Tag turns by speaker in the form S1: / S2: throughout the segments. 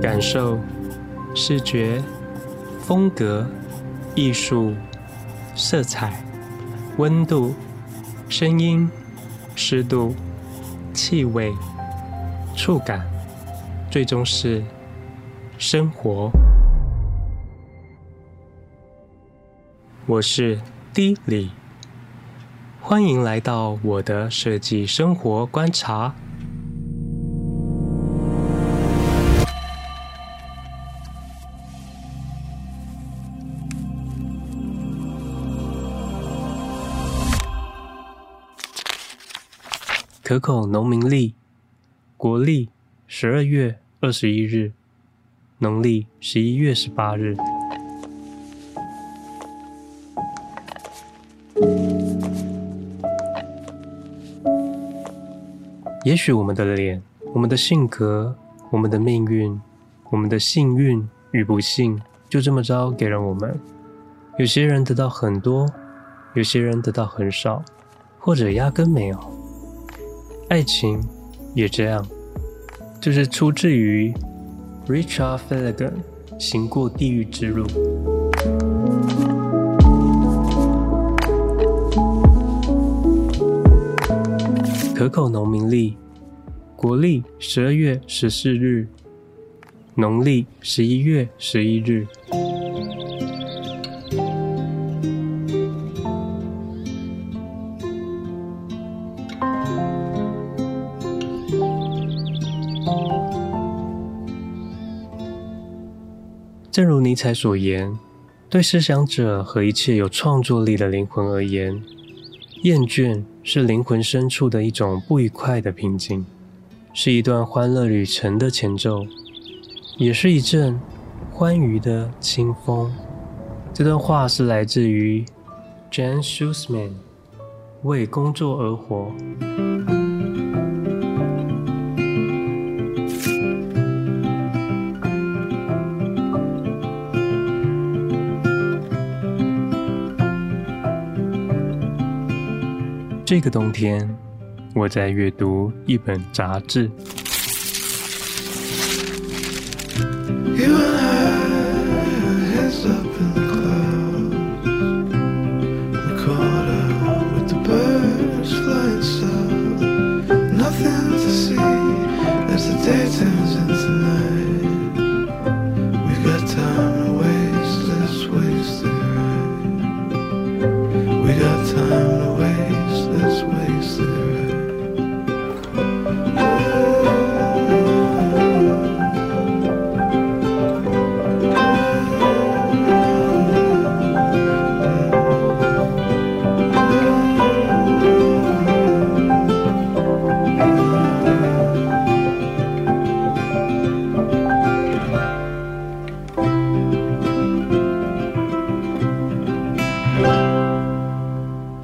S1: 感受、视觉、风格、艺术、色彩、温度、声音、湿度、气味、触感，最终是生活。我是 D 李，欢迎来到我的设计生活观察。可口农民历，国历十二月二十一日，农历十一月十八日。也许我们的脸、我们的性格、我们的命运、我们的幸运与不幸，就这么着给了我们。有些人得到很多，有些人得到很少，或者压根没有。爱情也这样，这、是出自于 Richard Felligan《行过地狱之路》。可口农民历，国历十二月十四日，农历十一月十一日。正如尼采所言，对思想者和一切有创作力的灵魂而言，厌倦是灵魂深处的一种不愉快的平静，是一段欢乐旅程的前奏，也是一阵欢愉的清风。这段话是来自于 Jan Schusman，《为工作而活》。这个冬天，我在阅读一本杂志，
S2: You and I, heads up in the clouds. We're caught out with the birds flying south. Nothing to see as the day turns into night. We've got time to waste, let's waste it right. We got time to waste, let's waste it right.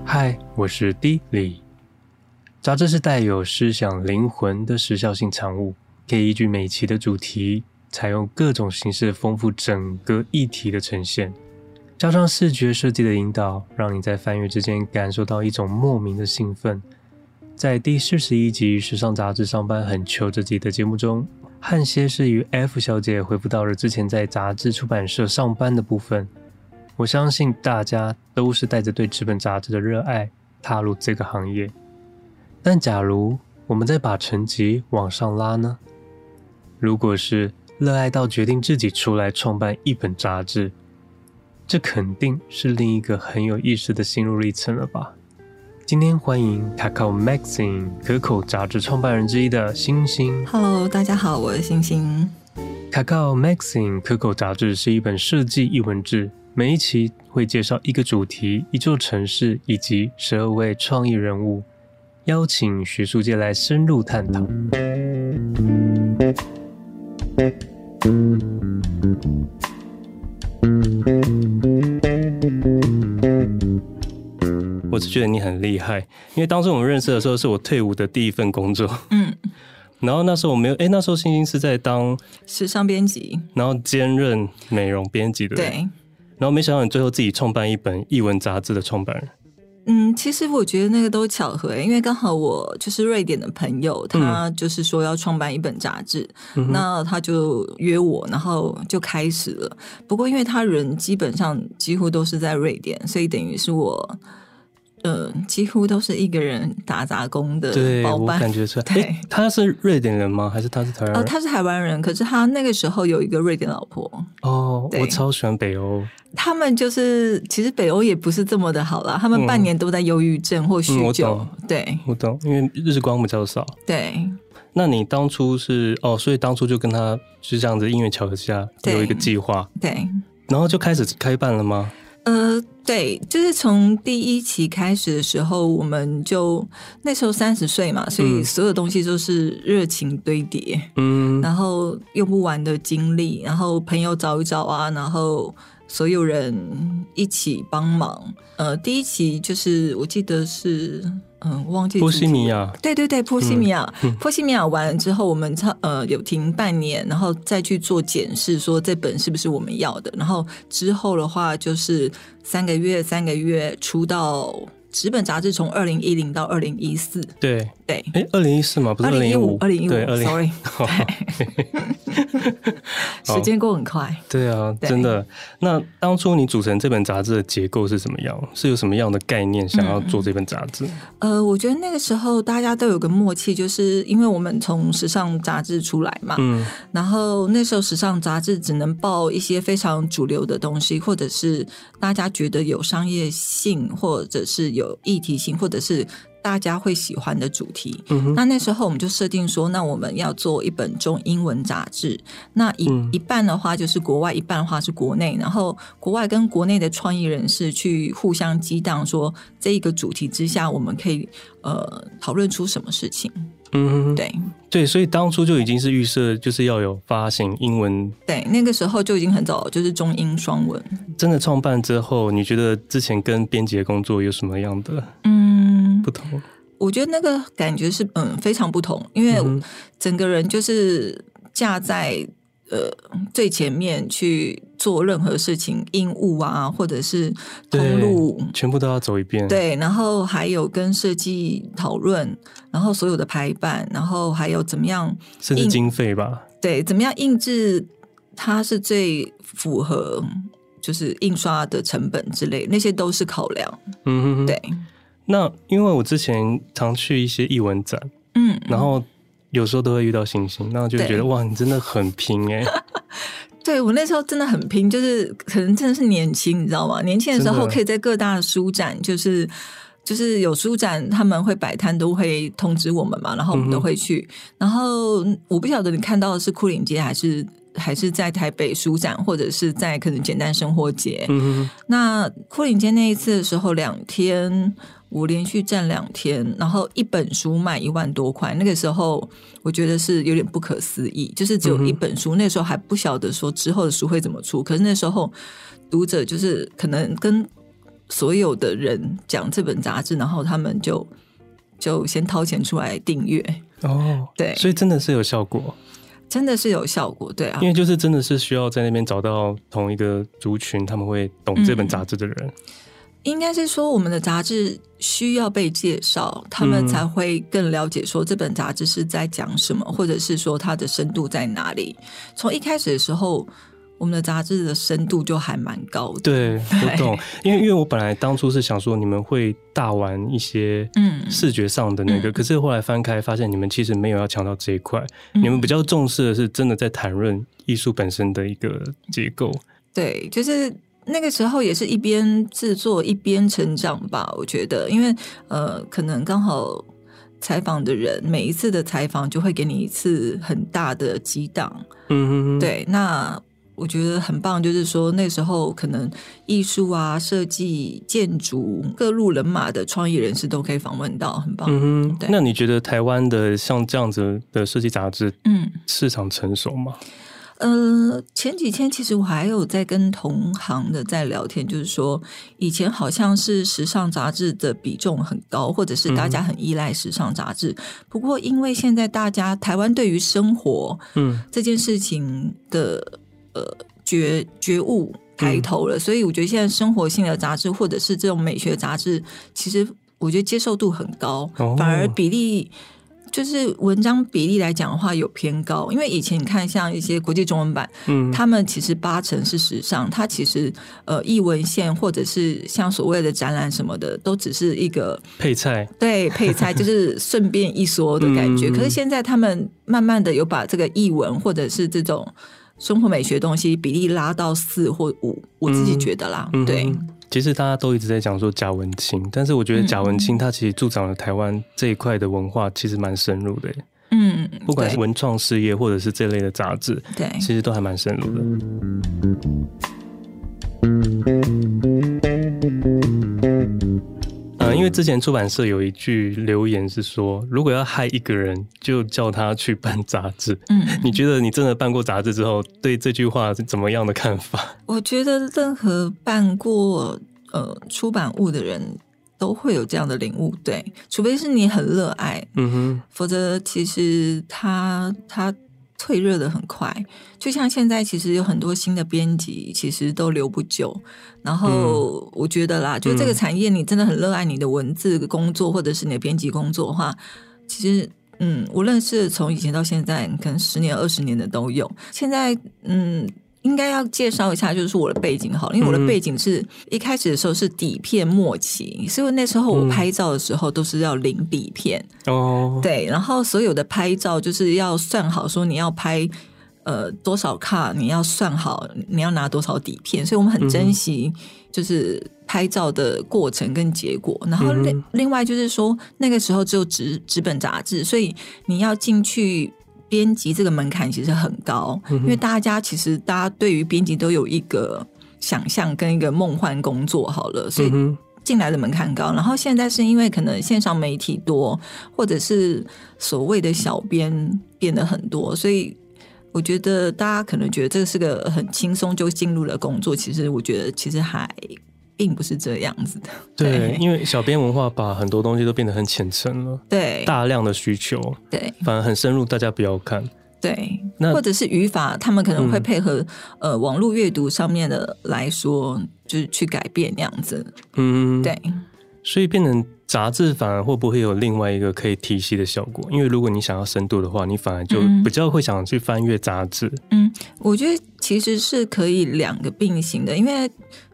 S1: 嗨，我是 D 李。杂志是带有思想灵魂的时效性产物，可以依据每期的主题，采用各种形式丰富整个议题的呈现。加上视觉设计的引导，让你在翻阅之间感受到一种莫名的兴奋。在第四十一集《时尚杂志上班很求》这集的节目中，汉歇是与 F 小姐回复到了之前在杂志出版社上班的部分。我相信大家都是带着对纸本杂志的热爱踏入这个行业。但假如我们再把层级往上拉呢？如果是热爱到决定自己出来创办一本杂志，这肯定是另一个很有意思的心路历程了吧？今天欢迎 Kakao Magazine 可口杂志创办人之一的星星
S3: Hello，大家好，我是星星。
S1: Kakao Magazine 可口杂志是一本设计一文志，每一期会介绍一个主题、一座城市以及十二位创意人物，邀请学术界来深入探讨。
S4: 我只觉得你很厉害，因为当时我们认识的时候，是我退伍的第一份工作。
S3: 嗯，
S4: 然后那时候我没有，哎，那时候星星是在当，
S3: 时尚编辑，
S4: 然后兼任美容编辑的。。
S3: 对，
S4: 然后没想到你最后自己创办一本译文杂志的创办人，
S3: 嗯，其实我觉得那个都是巧合，因为刚好我就是瑞典的朋友，他就是说要创办一本杂志，
S1: 嗯哼
S3: 那他就约我，然后就开始了。不过因为他人基本上几乎都是在瑞典，所以等于是我，呃，几乎都是一个人打杂工的
S1: 对
S3: 呃包
S1: 我
S3: 办。
S1: 感觉出来。
S3: 对
S1: 诶他是瑞典人吗？还是他是台湾
S3: 呃，
S1: 人？
S3: 他是台湾人，可是他那个时候有一个瑞典老婆，
S1: 哦，
S3: 对
S1: 我超喜欢北欧。
S3: 他们就是其实北欧也不是这么的好啦，他们半年都在忧郁症或
S1: 嗯我
S3: 酗酒，
S1: 懂
S3: 对
S1: 我懂，因为日光比较少。
S3: 对，
S1: 那你当初是哦，所以当初就跟他是这样子，因为巧合之下
S3: 对
S1: 有一个计划，
S3: 对，
S1: 然后就开始开办了吗？
S3: 呃，对，就是从第一期开始的时候，我们就那时候三十岁嘛，所以
S1: 嗯
S3: 所有东西都是热情堆叠，
S1: 嗯，
S3: 然后用不完的精力，然后朋友找一找啊，然后所有人一起帮忙。呃，第一期就是我记得是嗯、忘记
S1: 波
S3: 主
S1: 西
S3: 题
S1: 米亚，
S3: 对对对，波西米亚，波西米亚完了之后，我们差呃有停半年，然后再去做检视，说这本是不是我们要的。然后之后的话，就是三个月三个月出到纸本杂志，从二零一零到二零一四，
S1: 对，
S3: 对，
S1: 哎，二零一四嘛，不是
S3: 二零
S1: 一
S3: 一
S1: 五
S3: 五，，二零一
S1: 对，
S3: 五
S1: 二 零，
S3: ，sorry，时间过很快。
S1: 对啊，
S3: 对
S1: 真的。那当初你组成这本杂志的结构是什么样？是有什么样的概念想要做这本杂志？
S3: 呃，我觉得那个时候大家都有个默契，就是因为我们从时尚杂志出来嘛，
S1: 嗯
S3: 然后那时候时尚杂志只能报一些非常主流的东西，或者是大家觉得有商业性，或者是有议题性，或者是大家会喜欢的主题。
S1: 嗯哼
S3: 那那时候我们就设定说，那我们要做一本中英文杂志，那一、
S1: 嗯
S3: 一半的话就是国外，一半的话是国内，然后国外跟国内的创意人士去互相激荡说，这一个主题之下，我们可以呃讨论出什么事情。
S1: 嗯哼，
S3: 对，
S1: 对，所以当初就已经是预设，就是要有发行英文。
S3: 对，那个时候就已经很早，就是中英双文。
S1: 真的创办之后，你觉得之前跟编辑的工作有什么样的
S3: 嗯
S1: 不，同？
S3: 我觉得那个感觉是嗯非常不同，因
S1: 嗯
S3: 为整个人就是架在呃最前面去做任何事情，应务啊，或者是通路。
S1: 全部都要走一遍。，
S3: 对，然后还有跟设计讨论，然后所有的排版，然后还有怎么样
S1: 甚至
S3: 印
S1: 经费吧。
S3: 对怎么样印制，它是最符合就是印刷的成本之类，那些都是考量。
S1: 嗯哼哼。
S3: 对，
S1: 那因为我之前常去一些艺文展，
S3: 嗯，
S1: 然后有时候都会遇到星星，然后就会觉得
S3: 对
S1: 哇，你真的很拼哎、
S3: 对我那时候真的很拼，就是可能真的是年轻，你知道吗？年轻的时
S1: 真
S3: 候
S1: 的
S3: 可以在各大书展，就是就是有书展，他们会摆摊，都会通知我们嘛，然后我
S1: 嗯
S3: 们
S1: 哼
S3: 都会去。然后我不晓得你看到的是库林街还是。还是在台北书展，或者是在可能简单生活节。
S1: 嗯哼，
S3: 那库林街那一次的时候，两天我连续站两天，然后一本书卖一万多块，那个时候我觉得是有点不可思议，就是只有一本书，那时候还不晓得说之后的书会怎么出，可是那时候读者就是可能跟所有的人讲这本杂志，然后他们就就先掏钱出来订阅，
S1: 哦，
S3: 对
S1: 所以真的是有效果，
S3: 真的是有效果，对啊
S1: 因，为就是真的是需要在那边找到同一个族群，他们会懂这本杂志的人。
S3: 应该是说，我们的杂志需要被介绍，他们
S1: 嗯
S3: 才会更了解说这本杂志是在讲什么，或者是说它的深度在哪里。从一开始的时候，我们的杂志的深度就还蛮高的。，
S1: 对，我懂，因为因为我本来当初是想说你们会大玩一些
S3: 嗯
S1: 视觉上的那个，
S3: 嗯
S1: 可是后来翻开发现你们其实没有要强调这一块，
S3: 嗯
S1: 你们比较重视的是真的在谈论艺术本身的一个结构。
S3: 对，就是那个时候也是一边制作一边成长吧。我觉得，因为呃，可能刚好采访的人每一次的采访就会给你一次很大的激荡，
S1: 嗯哼哼，
S3: 对，那我觉得很棒，就是说那时候可能艺术啊、设计、建筑各路人马的创意人士都可以访问到，很棒。
S1: 嗯哼，
S3: 对
S1: 那你觉得台湾的像这样子的设计杂志
S3: 嗯
S1: 市场成熟吗？
S3: 呃，前几天其实我还有在跟同行的在聊天，就是说以前好像是时尚杂志的比重很高，或者是
S1: 嗯
S3: 大家很依赖时尚杂志。不过因为现在大家台湾对于生活
S1: 嗯嗯
S3: 这件事情的呃觉觉悟。抬头了。所以我觉得现在生活性的杂志或者是这种美学杂志，其实我觉得接受度很高，
S1: 哦
S3: 反而比例。就是文章比例来讲的话有偏高，因为以前你看像一些国际中文版，
S1: 嗯，
S3: 他们其实八成是时尚，它其实呃译文线或者是像所谓的展览什么的，都只是一个
S1: 配菜，
S3: 对配菜，就是顺便一说的感觉。
S1: 嗯
S3: 可是现在他们慢慢的有把这个译文或者是这种生活美学东西比例拉到四或五，我自己觉得啦，
S1: 嗯，
S3: 对。。
S1: 其实大家都一直在讲说贾文清，但是我觉得贾文清他其实助长了台湾这一块的文化，其实蛮深入的耶，
S3: 嗯，
S1: 不管是
S3: 对
S1: 文创事业或者是这类的杂志，
S3: 对
S1: 其实都还蛮深入的。嗯，因为之前出版社有一句留言是说，如果要害一个人，就叫他去办杂志。
S3: 嗯，
S1: 你觉得你真的办过杂志之后，对这句话是怎么样的看法？
S3: 我觉得任何办过呃出版物的人都会有这样的领悟，对，除非是你很热爱，
S1: 嗯哼，
S3: 否则其实它它退热的很快。就像现在，其实有很多新的编辑，其实都留不久。然后
S1: 嗯
S3: 我觉得啦，就这个产业，你真的很热爱你的文字工作，或者是你的编辑工作的话，其实。嗯，无论是从以前到现在，可能十年、二十年的都有。现在，嗯，应该要介绍一下，就是我的背景好了，因为我
S1: 嗯
S3: 的背景是、一开始的时候是底片末期，所以那时候我
S1: 嗯
S3: 拍照的时候都是要零底片，
S1: 哦，
S3: 对，然后所有的拍照就是要算好，说你要拍呃多少卡，你要算好你要拿多少底片，所以我们
S1: 嗯
S3: 很珍惜就是拍照的过程跟结果。然后另、
S1: 嗯
S3: 另外就是说，那个时候只有纸纸本杂志，所以你要进去。编辑这个门槛其实很高，
S1: 嗯
S3: 因为大家其实大家对于编辑都有一个想象跟一个梦幻工作好了，所以
S1: 嗯哼，
S3: 进来的门槛高，然后现在是因为可能线上媒体多，或者是所谓的小编变得很多，所以我觉得大家可能觉得这是个很轻松就进入了工作，其实我觉得其实还并不是这样子的。
S1: 对，因为小编文化把很多东西都变得很浅层了，
S3: 对
S1: 大量的需求
S3: 对
S1: 反而很深入，大家不要看。
S3: 对，
S1: 那
S3: 或者是语法，他们可能会
S1: 嗯
S3: 配合、呃网络阅读上面的来说，就是去改变那样子。
S1: 嗯，
S3: 对，
S1: 所以变成杂志反而会不会有另外一个可以提息的效果？因为如果你想要深度的话，你反而就
S3: 嗯
S1: 比较会想去翻阅杂志。
S3: 我觉得其实是可以两个并行的，因为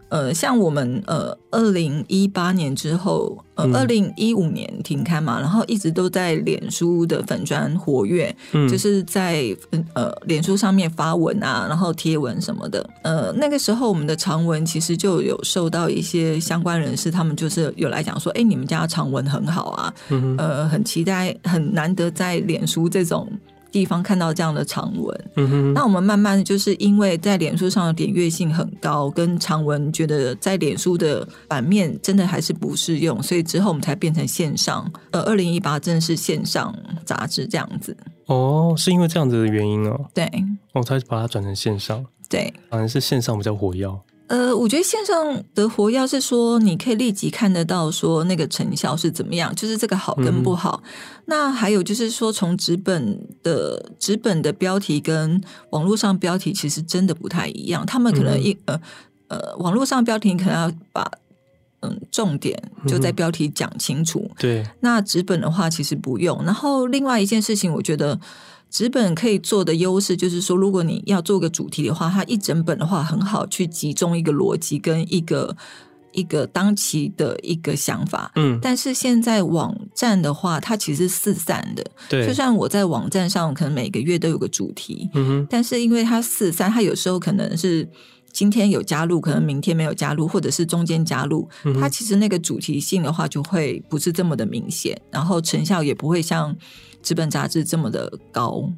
S3: 呃，像我们呃，二零一八年之后，呃，
S1: 嗯
S3: 二零一五年停刊嘛，然后一直都在脸书的粉砖活跃，
S1: 嗯，
S3: 就是在嗯呃脸书上面发文啊，然后贴文什么的。呃，那个时候我们的长文其实就有受到一些相关人士，他们就是有来讲说，哎，你们家长文很好啊，
S1: 嗯哼
S3: 呃，很期待，很难得在脸书这种地方看到这样的长文。
S1: 嗯哼，
S3: 那我们慢慢就是因为在脸书上的点阅性很高，跟长文觉得在脸书的版面真的还是不适用，所以之后我们才变成线上。呃，二零一八正式线上杂志这样子，
S1: 哦，是因为这样子的原因哦，
S3: 对
S1: 我、哦、才把它转成线上，
S3: 对。
S1: 反而是线上比较火药。
S3: 呃，我觉得线上的活要是说，你可以立即看得到说那个成效是怎么样，就是这个好
S1: 嗯
S3: 跟不好。那还有就是说，从纸本的纸本的标题跟网络上标题其实真的不太一样，他们可
S1: 嗯
S3: 能一、呃呃，网络上标题你可能要把嗯重点就在
S1: 嗯哼
S3: 标题讲清楚，
S1: 对，
S3: 那纸本的话，其实不用。然后另外一件事情，我觉得纸本可以做的优势就是说，如果你要做个主题的话，它一整本的话很好去集中一个逻辑跟一个一个当期的一个想法。
S1: 嗯，
S3: 但是现在网站的话，它其实是四散的。
S1: 对，
S3: 就算我在网站上，可能每个月都有个主题，
S1: 嗯
S3: 但是因为它四三，它有时候可能是今天有加入，可能明天没有加入，或者是中间加入，
S1: 嗯
S3: 它其实那个主题性的话就会不是这么的明显，然后成效也不会像纸本杂志这么的高，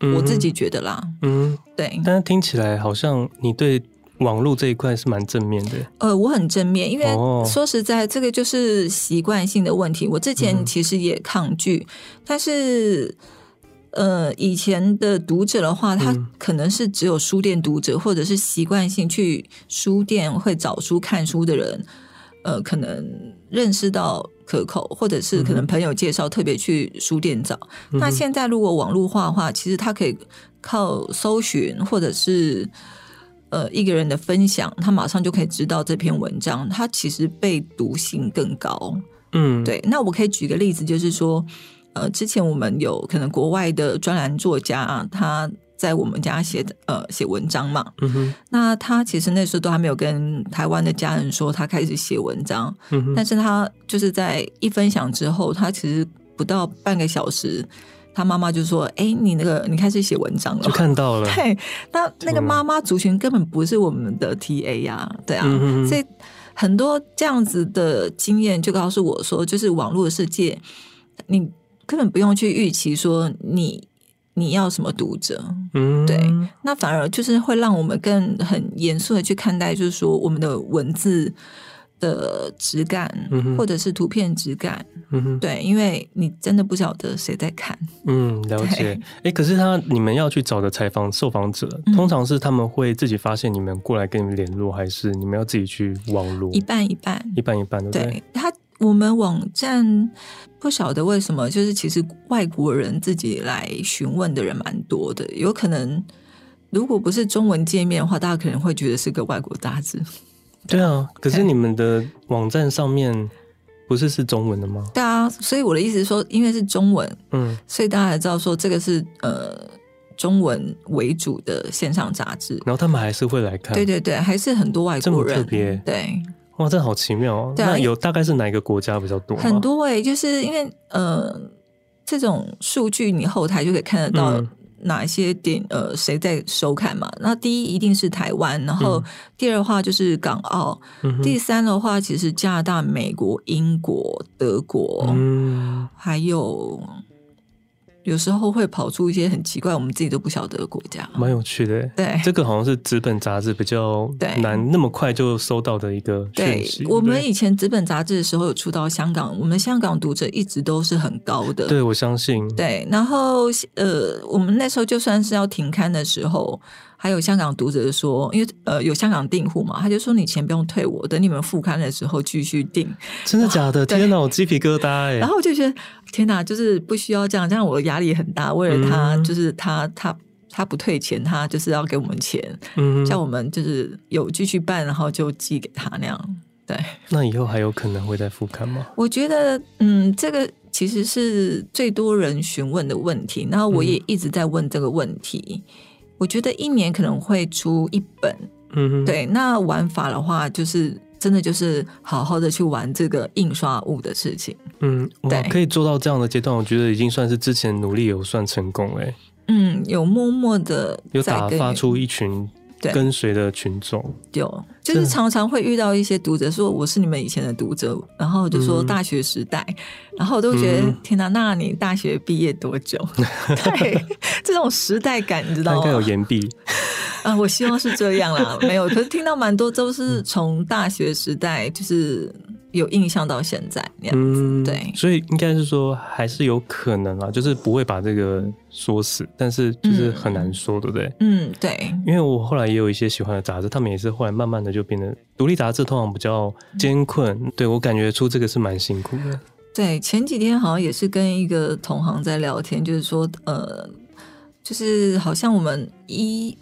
S1: 哼，
S3: 我自
S1: 嗯
S3: 己觉得啦。
S1: 哼，嗯，
S3: 对，
S1: 但是听起来好像你对网络这一块是蛮正面的。
S3: 呃，我很正面，因为
S1: 哦
S3: 说实在，这个就是习惯性的问题。我之
S1: 嗯
S3: 前其实也抗拒，但是。呃，以前的读者的话，他
S1: 嗯
S3: 可能是只有书店读者，或者是习惯性去书店会找书、看书的人，呃，可能认识到可口，或者
S1: 嗯
S3: 是可能朋友介绍特别去书店找。那现在如果网络化的话，其实它可以靠搜寻或者是。呃一个人的分享，他马上就可以知道这篇文章，它其实被读性更高。
S1: 嗯，
S3: 对，那我可以举个例子，就是说，呃，之前我们有可能国外的专栏作家、啊，他在我们家写呃写文章嘛，
S1: 嗯哼，
S3: 那他其实那时候都还没有跟台湾的家人说他开始写文章，
S1: 嗯哼，
S3: 但是他就是在一分享之后，他其实不到半个小时，他妈妈就说：“哎、你那个你开始写文章了
S1: 就。”看到了，
S3: 对，那那个
S1: 天哪
S3: 妈妈族群根本不是我们的 TA 呀、对啊，
S1: 嗯哼哼
S3: 所以很多这样子的经验就告诉我说，就是网络的世界，你根本不用去预期说你你要什么读者，
S1: 嗯，
S3: 对那反而就是会让我们更很严肃的去看待，就是说我们的文字的质感，
S1: 嗯哼
S3: 或者是图片质感，
S1: 嗯哼，
S3: 对，因为你真的不晓得谁在看，
S1: 嗯，了解
S3: 对。
S1: 哎，可是他你们要去找的采访受访者，
S3: 嗯
S1: 通常是他们会自己发现你们过来跟你们联络，还是你们要自己去网络？
S3: 一半一半，
S1: 一半一半，对不对？
S3: 对他，我们网站不晓得为什么，就是其实外国人自己来询问的人蛮多的，有可能如果不是中文界面的话，大家可能会觉得是个外国杂志。
S1: 对啊。可是你们的网站上面不是是中文的吗？
S3: 对啊，所以我的意思是说，因为是中文，
S1: 嗯
S3: 所以大家才知道说这个是呃中文为主的线上杂志。
S1: 然后他们还是会来看，
S3: 对对对，还是很多外
S1: 嗯这么
S3: 国
S1: 特
S3: 人，
S1: 别
S3: 对，
S1: 哇，这好奇妙哦。
S3: 对啊
S1: 那有大概是哪一个国家比较多吗？
S3: 很多哎、就是因为呃，这种数据你后台就可以看得到
S1: 嗯
S3: 哪一些点、呃谁在收看嘛。那第一一定是台湾，然后第二的话就是港澳，
S1: 嗯嗯哼，
S3: 第三的话其实加拿大、美国、英国、德国，
S1: 嗯，
S3: 还有有时候会跑出一些很奇怪我们自己都不晓得的国家。
S1: 蛮有趣的。
S3: 对
S1: 这个好像是纸本杂志比较
S3: 对
S1: 难那么快就收到的一个讯
S3: 对
S1: 息。
S3: 我
S1: 对
S3: 们以前纸本杂志的时候有出到香港，我们香港读者一直都是很高的。
S1: 对我相信，
S3: 对，然后呃，我们那时候就算是要停刊的时候，还有香港读者说，因为呃有香港订户嘛，他就说你钱不用退我，等你们复刊的时候继续订。
S1: 真的假的？
S3: 对
S1: 天哪，我鸡皮疙瘩哎、
S3: 然后我就觉得天哪，就是不需要这样，这样我的压力很大。为了他，
S1: 嗯
S3: 就是他他他不退钱，他就是要给我们钱，
S1: 嗯
S3: 叫我们就是有继续办，然后就寄给他那样。对，
S1: 那以后还有可能会再复刊吗？
S3: 我觉得，嗯，这个其实是最多人询问的问题，然后我
S1: 嗯
S3: 也一直在问这个问题。我觉得一年可能会出一本，
S1: 嗯哼，
S3: 对。那玩法的话，就是真的就是好好的去玩这个印刷物的事情。
S1: 嗯，哇，
S3: 对
S1: 可以做到这样的阶段，我觉得已经算是之前努力有算成功哎、
S3: 嗯，有默默的
S1: 有打发出一群
S3: 对
S1: 跟随的群众。
S3: 有，哦就
S1: 真
S3: 是
S1: 的
S3: 常常会遇到一些读者说我是你们以前的读者，然后就说
S1: 嗯
S3: 大学时代，然后我都觉得、
S1: 嗯
S3: 天哪，那你大学毕业多久？ 对，这种时代感你知
S1: 他
S3: 道
S1: 应
S3: 吗？
S1: 该有岩壁，
S3: 啊，我希望是这样啦，没有。可是听到蛮多都是从大学时代就是有印象到现在那样。
S1: 嗯，
S3: 对
S1: 所以应该是说还是有可能啊，就是不会把这个说死，但是就是很难说，对不对？
S3: 嗯，对，
S1: 因为我后来也有一些喜欢的杂志，他们也是后来慢慢的就变得独立杂志，通常比较艰困。对我感觉出这个是蛮辛苦的。
S3: 对，前几天好像也是跟一个同行在聊天，就是说，呃，就是好像我们一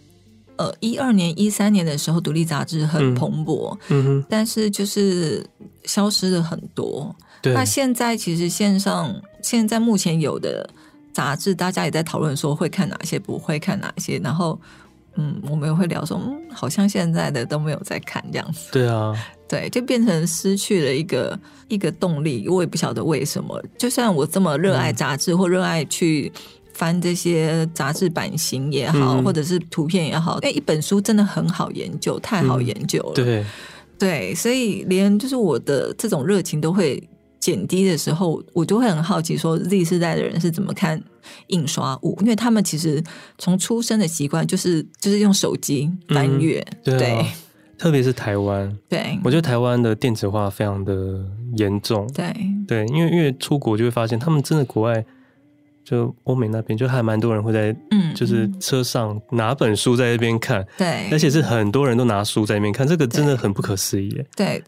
S3: 呃一二年、一三年的时候，独立杂志
S1: 嗯
S3: 很蓬勃，
S1: 嗯哼，
S3: 但是就是消失了很多。
S1: 对，
S3: 那现在其实线上现在目前有的杂志，大家也在讨论说会看哪些，不会看哪些，然后。嗯，我们也会聊说，嗯，好像现在的都没有在看这样子，
S1: 对啊，
S3: 对，就变成失去了一个一个动力，我也不晓得为什么。就算我这么热爱杂志，或热爱去翻这些杂志版型也好，
S1: 嗯
S3: 或者是图片也好，因为哎一本书真的很好研究，太好
S1: 嗯
S3: 研究了，
S1: 对，
S3: 对，所以连就是我的这种热情都会减低的时候，我就会很好奇说 Z 世代的人是怎么看印刷物，因为他们其实从出生的习惯就是就是用手机翻
S1: 嗯
S3: 阅，
S1: 对啊
S3: 对
S1: 特别是台湾，
S3: 对
S1: 我觉得台湾的电子化非常的严重。
S3: 对
S1: 对，因为因为出国就会发现，他们真的国外就欧美那边，就还蛮多人会在
S3: 嗯
S1: 就是车上拿本书在那边看，而
S3: 对
S1: 且是很多人都拿书在那边看，这个真的很不可思议耶。
S3: 对。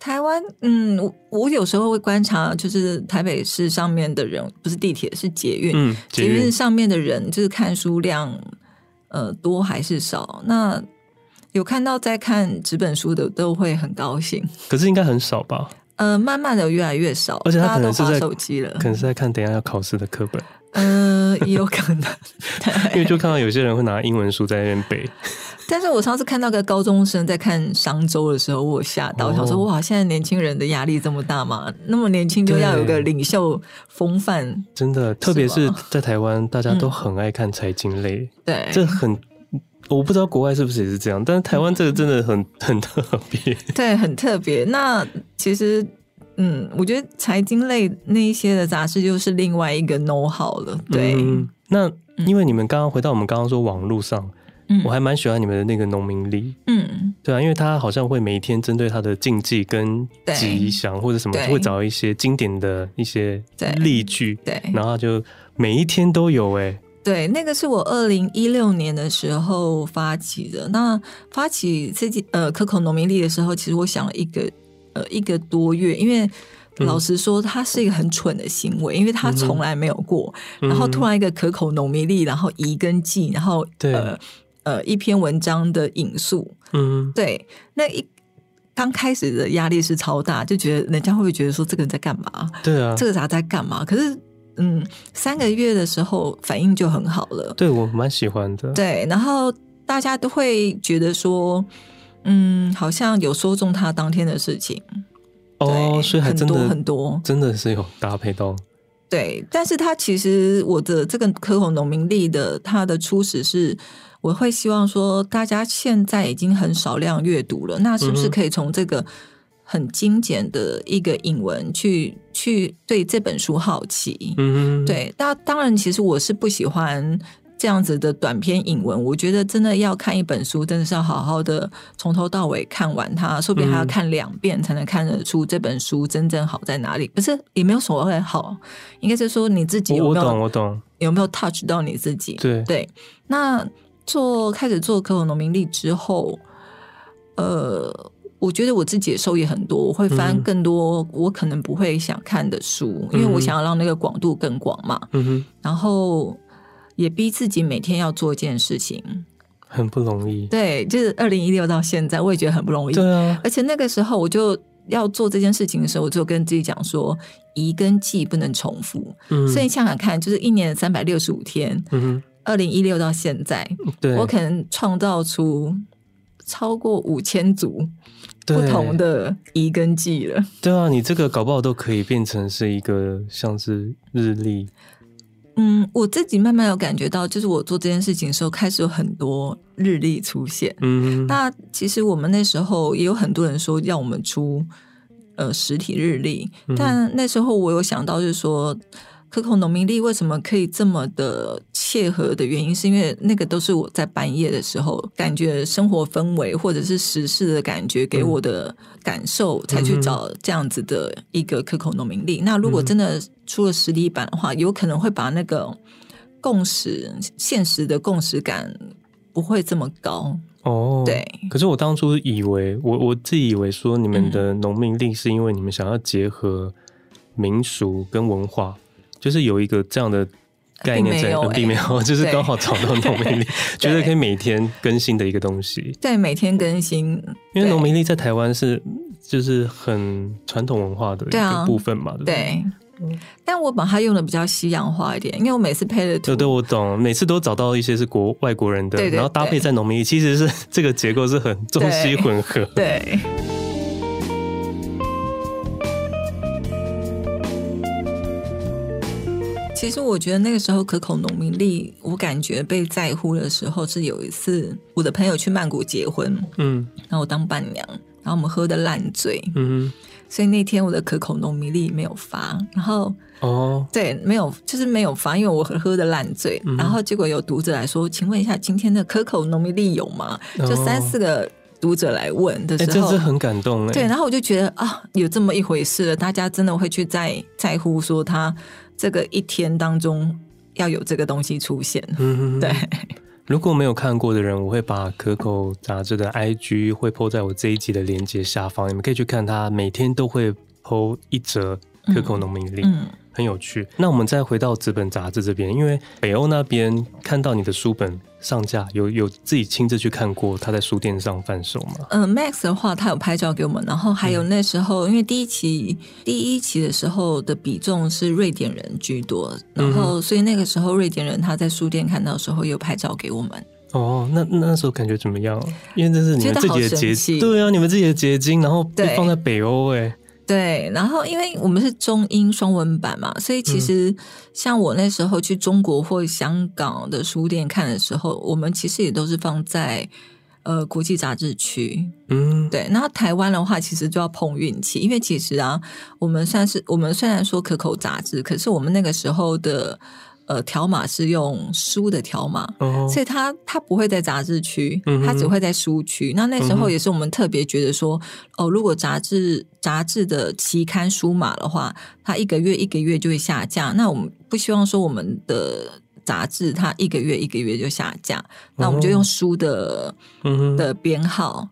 S3: 台湾，嗯，我我有时候会观察，就是台北市上面的人，不是地铁，是捷运，
S1: 嗯，
S3: 捷
S1: 捷运
S3: 运上面的人就是看书量，呃，多还是少？那有看到在看纸本书的都会很高兴。
S1: 可是应该很少吧？
S3: 呃，慢慢的越来越少，
S1: 而且
S3: 大
S1: 他
S3: 家
S1: 可
S3: 都
S1: 能是
S3: 划
S1: 在
S3: 手机了
S1: 可。能是在看等一下要考试的课本，
S3: 嗯、也有 可能。
S1: 因为就看到有些人会拿英文书在那边 背。
S3: 但是我上次看到个高中生在看商周的时候，我有吓
S1: 哦
S3: 到，我想说哇，现在年轻人的压力这么大吗？那么年轻就要有个
S1: 对
S3: 领袖风范，
S1: 真的，特别是
S3: 吗
S1: 在台湾，大家都很爱看财经类，
S3: 对，
S1: 这很我不知道国外是不是也是这样，但是台湾这个真的很 很特别。
S3: 对，很特别。那其实，嗯，我觉得财经类那一些的杂志就是另外一个 know how 了。对，
S1: 嗯那因为你们刚刚回到我们刚刚说网络上，
S3: 嗯
S1: 我还蛮喜欢你们的那个农民力，
S3: 嗯，
S1: 对啊，因为他好像会每一天针对他的竞技跟
S3: 对
S1: 吉祥或者什么，
S3: 对
S1: 会找一些经典的一些
S3: 对
S1: 例句，
S3: 对
S1: 然后就每一天都有哎、
S3: 对，那个是我二零一六年的时候发起的。那发起自己呃可口农民力的时候，其实我想了一个呃一个多月，因为。
S1: 嗯
S3: 老实说，它是一个很蠢的行为，因为它从来没有过。
S1: 嗯
S3: 然后突然一个可口农民力，然后移跟记，然后
S1: 对
S3: 呃呃一篇文章的引述，
S1: 嗯，
S3: 对，那一刚开始的压力是超大，就觉得人家会不会觉得说这个人在干嘛？
S1: 对啊，
S3: 这个杂志在干嘛？可是，嗯，三个月的时候反应就很好了，
S1: 对我蛮喜欢的，
S3: 对，然后大家都会觉得说，嗯，好像有说中他当天的事情，
S1: 哦，
S3: 对
S1: 所以还
S3: 很
S1: 真的
S3: 多很多，
S1: 真的是有搭配到，
S3: 对，但是它其实我的这个可口农民力的它的初始是，我会希望说大家现在已经很少量阅读了，那是
S1: 嗯
S3: 不是
S1: 哼
S3: 可以从这个很精简的一个引文去去对这本书好奇？
S1: 嗯，，
S3: 对，那当然，其实我是不喜欢。这样子的短篇引文，我觉得真的要看一本书，真的是要好好的从头到尾看完它，说不定还要
S1: 嗯
S3: 看两遍才能看得出这本书真正好在哪里。不是也没有所谓好，应该是说你自己
S1: 我
S3: 有
S1: 我
S3: 没
S1: 懂
S3: 有
S1: 我懂，
S3: 有没有 touch 到你自己。
S1: 对
S3: 那做开始做可口农民力之后，呃，我觉得我自己也受益很多，我会翻
S1: 嗯
S3: 更多我可能不会想看的书，因为我
S1: 嗯
S3: 想要让那个广度更广嘛。
S1: 嗯哼，
S3: 然后也逼自己每天要做一件事情。
S1: 很不容易，
S3: 对，就是二零一六到现在，我也觉得很不容易。
S1: 对啊，
S3: 而且那个时候我就要做这件事情的时候，我就跟自己讲说，移跟记不能重复。
S1: 嗯，
S3: 所以想想看，就是一年三百六十五天，
S1: 嗯
S3: 二零一六到现在，
S1: 哼，对，
S3: 我可能创造出。超过五千组不
S1: 对
S3: 同的移跟记了，
S1: 对啊，你这个搞不好都可以变成是一个像是日历，
S3: 嗯，我自己慢慢有感觉到，就是我做这件事情的时候，开始有很多日历出现，
S1: 嗯，
S3: 那其实我们那时候也有很多人说要我们出呃实体日历，但那时候我有想到就是说。可口农民历为什么可以这么的切合的原因，是因为那个都是我在半夜的时候，感觉生活氛围或者是时事的感觉给我的感受，才去找这样子的一个可口农民历。那如果真的出了实体版的话，有可能会把那个共识、现实的共识感不会这么高。
S1: 哦，
S3: 对，
S1: 可是我当初以为，我我自己以为说你
S3: 嗯
S1: 们的农民历是因为你们想要结合民俗跟文化，就是有一个这样的概念在，
S3: 并没有
S1: 呃
S3: 欸
S1: 并没有， 就是
S3: 对
S1: 刚好找到农民历， 觉得可以每天更新的一个东西。
S3: 对，每天更新，
S1: 因为
S3: 对
S1: 农民历在台湾是就是很传统文化的一
S3: 对啊
S1: 个部分嘛，对不对？
S3: 对。但我把它用的比较西洋化一点，因为我每次配的图
S1: 对对，我懂，每次都找到一些是国外国人的，
S3: 对对
S1: 然后搭配在农民历，其实是 这个结构是很中西
S3: 对
S1: 混合。
S3: 对其实我觉得那个时候可口农民力，我感觉被在乎的时候是有一次，我的朋友去曼谷结婚，
S1: 嗯
S3: 然后我当伴娘，然后我们喝的烂醉，
S1: 嗯
S3: 所以那天我的可口农民力没有发，然后
S1: 哼，哦，
S3: 对，没有，就是没有发，因为我喝喝的烂醉。
S1: 嗯
S3: 然后结果有读者来说：“请问一下，今天的可口农民力有吗？”就
S1: 哦
S3: 三四个读者来问的
S1: 哎、
S3: 时
S1: 这
S3: 候，
S1: 是很感动哎。
S3: 对，然后我就觉得啊，有这么一回事了，大家真的会去在在乎说他这个一天当中要有这个东西出现。
S1: 嗯，
S3: 对，
S1: 如果没有看过的人，我会把可口杂志的 IG 会 po 在我这一集的链接下方，你们可以去看它，每天都会 po 一则可口农民历。
S3: 嗯，
S1: 很有趣。那我们再回到纸本杂志这边，因为北欧那边看到你的书本上架，有有自己亲自去看过他在书店上贩售吗？
S3: 嗯、m a x 的话，他有拍照给我们，然后还有那时候，因为第一期第一期的时候的比重是瑞典人居多，然后所以那个时候瑞典人他在书店看到的时候，有拍照给我们。
S1: 哦，那那时候感觉怎么样？因为这是你们
S3: 觉得
S1: 自己的
S3: 好神
S1: 结，
S3: 奇
S1: 对啊，你们自己的结晶，然后被
S3: 对
S1: 放在北欧、哎，
S3: 对，然后因为我们是中英双文版嘛，所以其实像我那时候去中国或香港的书店看的时候，我们其实也都是放在呃国际杂志区。
S1: 嗯，
S3: 对，那台湾的话，其实就要碰运气，因为其实啊，我们算是我们虽然说可口杂志，可是我们那个时候的呃条码是用书的条码，
S1: 哦，
S3: 所以它它不会在杂志区
S1: 嗯哼，
S3: 它只会在书区。那那时
S1: 嗯
S3: 候
S1: 哼
S3: 也是我们特别觉得说，哦，如果杂志杂志的期刊书码的话，它一个月一个月就会下架。那我们不希望说我们的杂志它一个月一个月就下架，那我们
S1: 哦
S3: 就用书的
S1: 嗯哼，
S3: 的编号。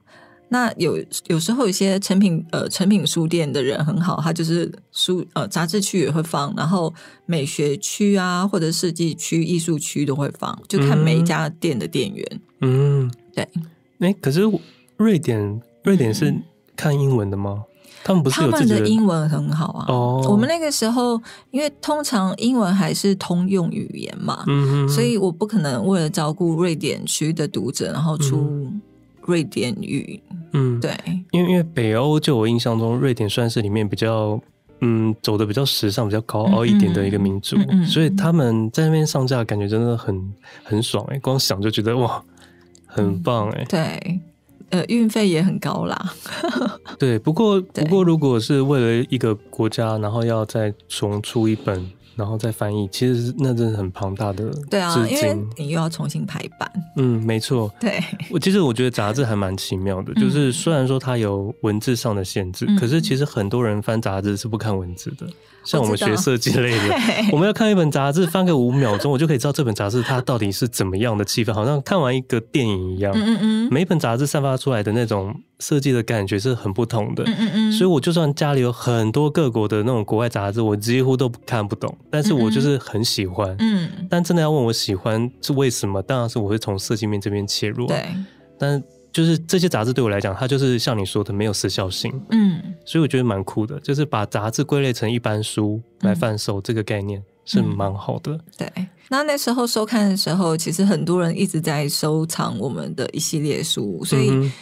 S3: 那有有时候有些成品呃成品书店的人很好，他就是书呃杂志区也会放，然后美学区啊或者设计区、艺术区都会放，就看每一家店的店员。
S1: 嗯，
S3: 对。嗯
S1: 哎、可是瑞典，瑞典是看英文的吗？他们不是
S3: 他
S1: 有自
S3: 们
S1: 己
S3: 的英文很好啊。
S1: 哦，
S3: 我们那个时候因为通常英文还是通用语言嘛，
S1: 嗯哼，
S3: 所以我不可能为了照顾瑞典区的读者，然后出瑞典语。
S1: 嗯，
S3: 对，
S1: 因为因为北欧，就我印象中，瑞典算是里面比较嗯走的比较时尚、比较高傲一点的一个民族，
S3: 嗯嗯嗯嗯
S1: 所以他们在那边上架，感觉真的很很爽哎、光想就觉得哇，很棒哎、
S3: 对，呃，运费也很高啦。
S1: 对，不过
S3: 嗯对
S1: 不过，如果是为了一个国家，然后要再重出一本，然后再翻译，其实是那真的很庞大的
S3: 对啊，
S1: 资
S3: 因为
S1: 金。
S3: 你又要重新排版。
S1: 嗯，没错。
S3: 对，
S1: 我其实我觉得杂志还蛮奇妙 的，就是虽然说它有文字上的限制，
S3: 嗯
S1: 可是其实很多人翻杂志是不看文字的，像我们
S3: 我知道
S1: 学设计类 的。我们要看一本杂志，翻个五秒钟，我就可以知道这本杂志它到底是怎么样的气氛，好像看完一个电影一样。
S3: 嗯嗯嗯，
S1: 每一本杂志散发出来的那种设计的感觉是很不同的，
S3: 嗯嗯嗯，
S1: 所以我就算家里有很多各国的那种国外杂志，我几乎都看不懂，但是我就是很喜欢。
S3: 嗯，
S1: 但真的要问我喜欢是为什么，当然是我会从设计面这边切入。，啊
S3: 对，
S1: 但就是这些杂志对我来讲，它就是像你说的没有时效性，
S3: 嗯
S1: 所以我觉得蛮酷的，就是把杂志归类成一般书来贩售，这个概念是蛮好的。
S3: 对。那那时候收看的时候，其实很多人一直在收藏我们的一系列书，所以、
S1: 嗯哼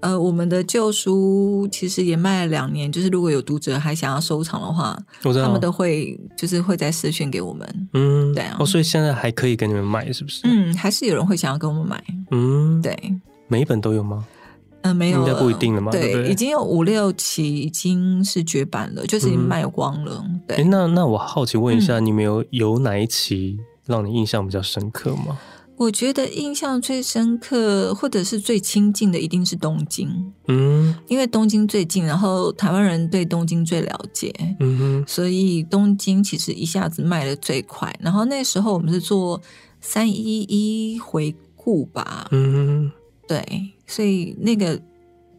S3: 呃，我们的旧书其实也卖了两年。就是如果有读者还想要收藏的话，
S1: 我知道
S3: 他们都会就是会在私讯给我们。
S1: 嗯，
S3: 对啊
S1: 哦，所以现在还可以给你们买，是不是？
S3: 嗯，还是有人会想要跟我们买。
S1: 嗯，，
S3: 对，啊
S1: 每一本都有吗？
S3: 嗯、没有
S1: 应
S3: 了，
S1: 该不一定了嘛对不对
S3: 已经有五六期已经是绝版了，就是已
S1: 嗯
S3: 经卖光了。对嗯
S1: 哎，，那那我好奇问一下，你们有有哪一期让你印象比较深刻吗？
S3: 我觉得印象最深刻，或者是最亲近的，一定是东京，
S1: 嗯
S3: 因为东京最近，然后台湾人对东京最了解，
S1: 嗯哼
S3: 所以东京其实一下子卖的最快。然后那时候我们是做三一一回顾吧，
S1: 嗯
S3: 对，所以那个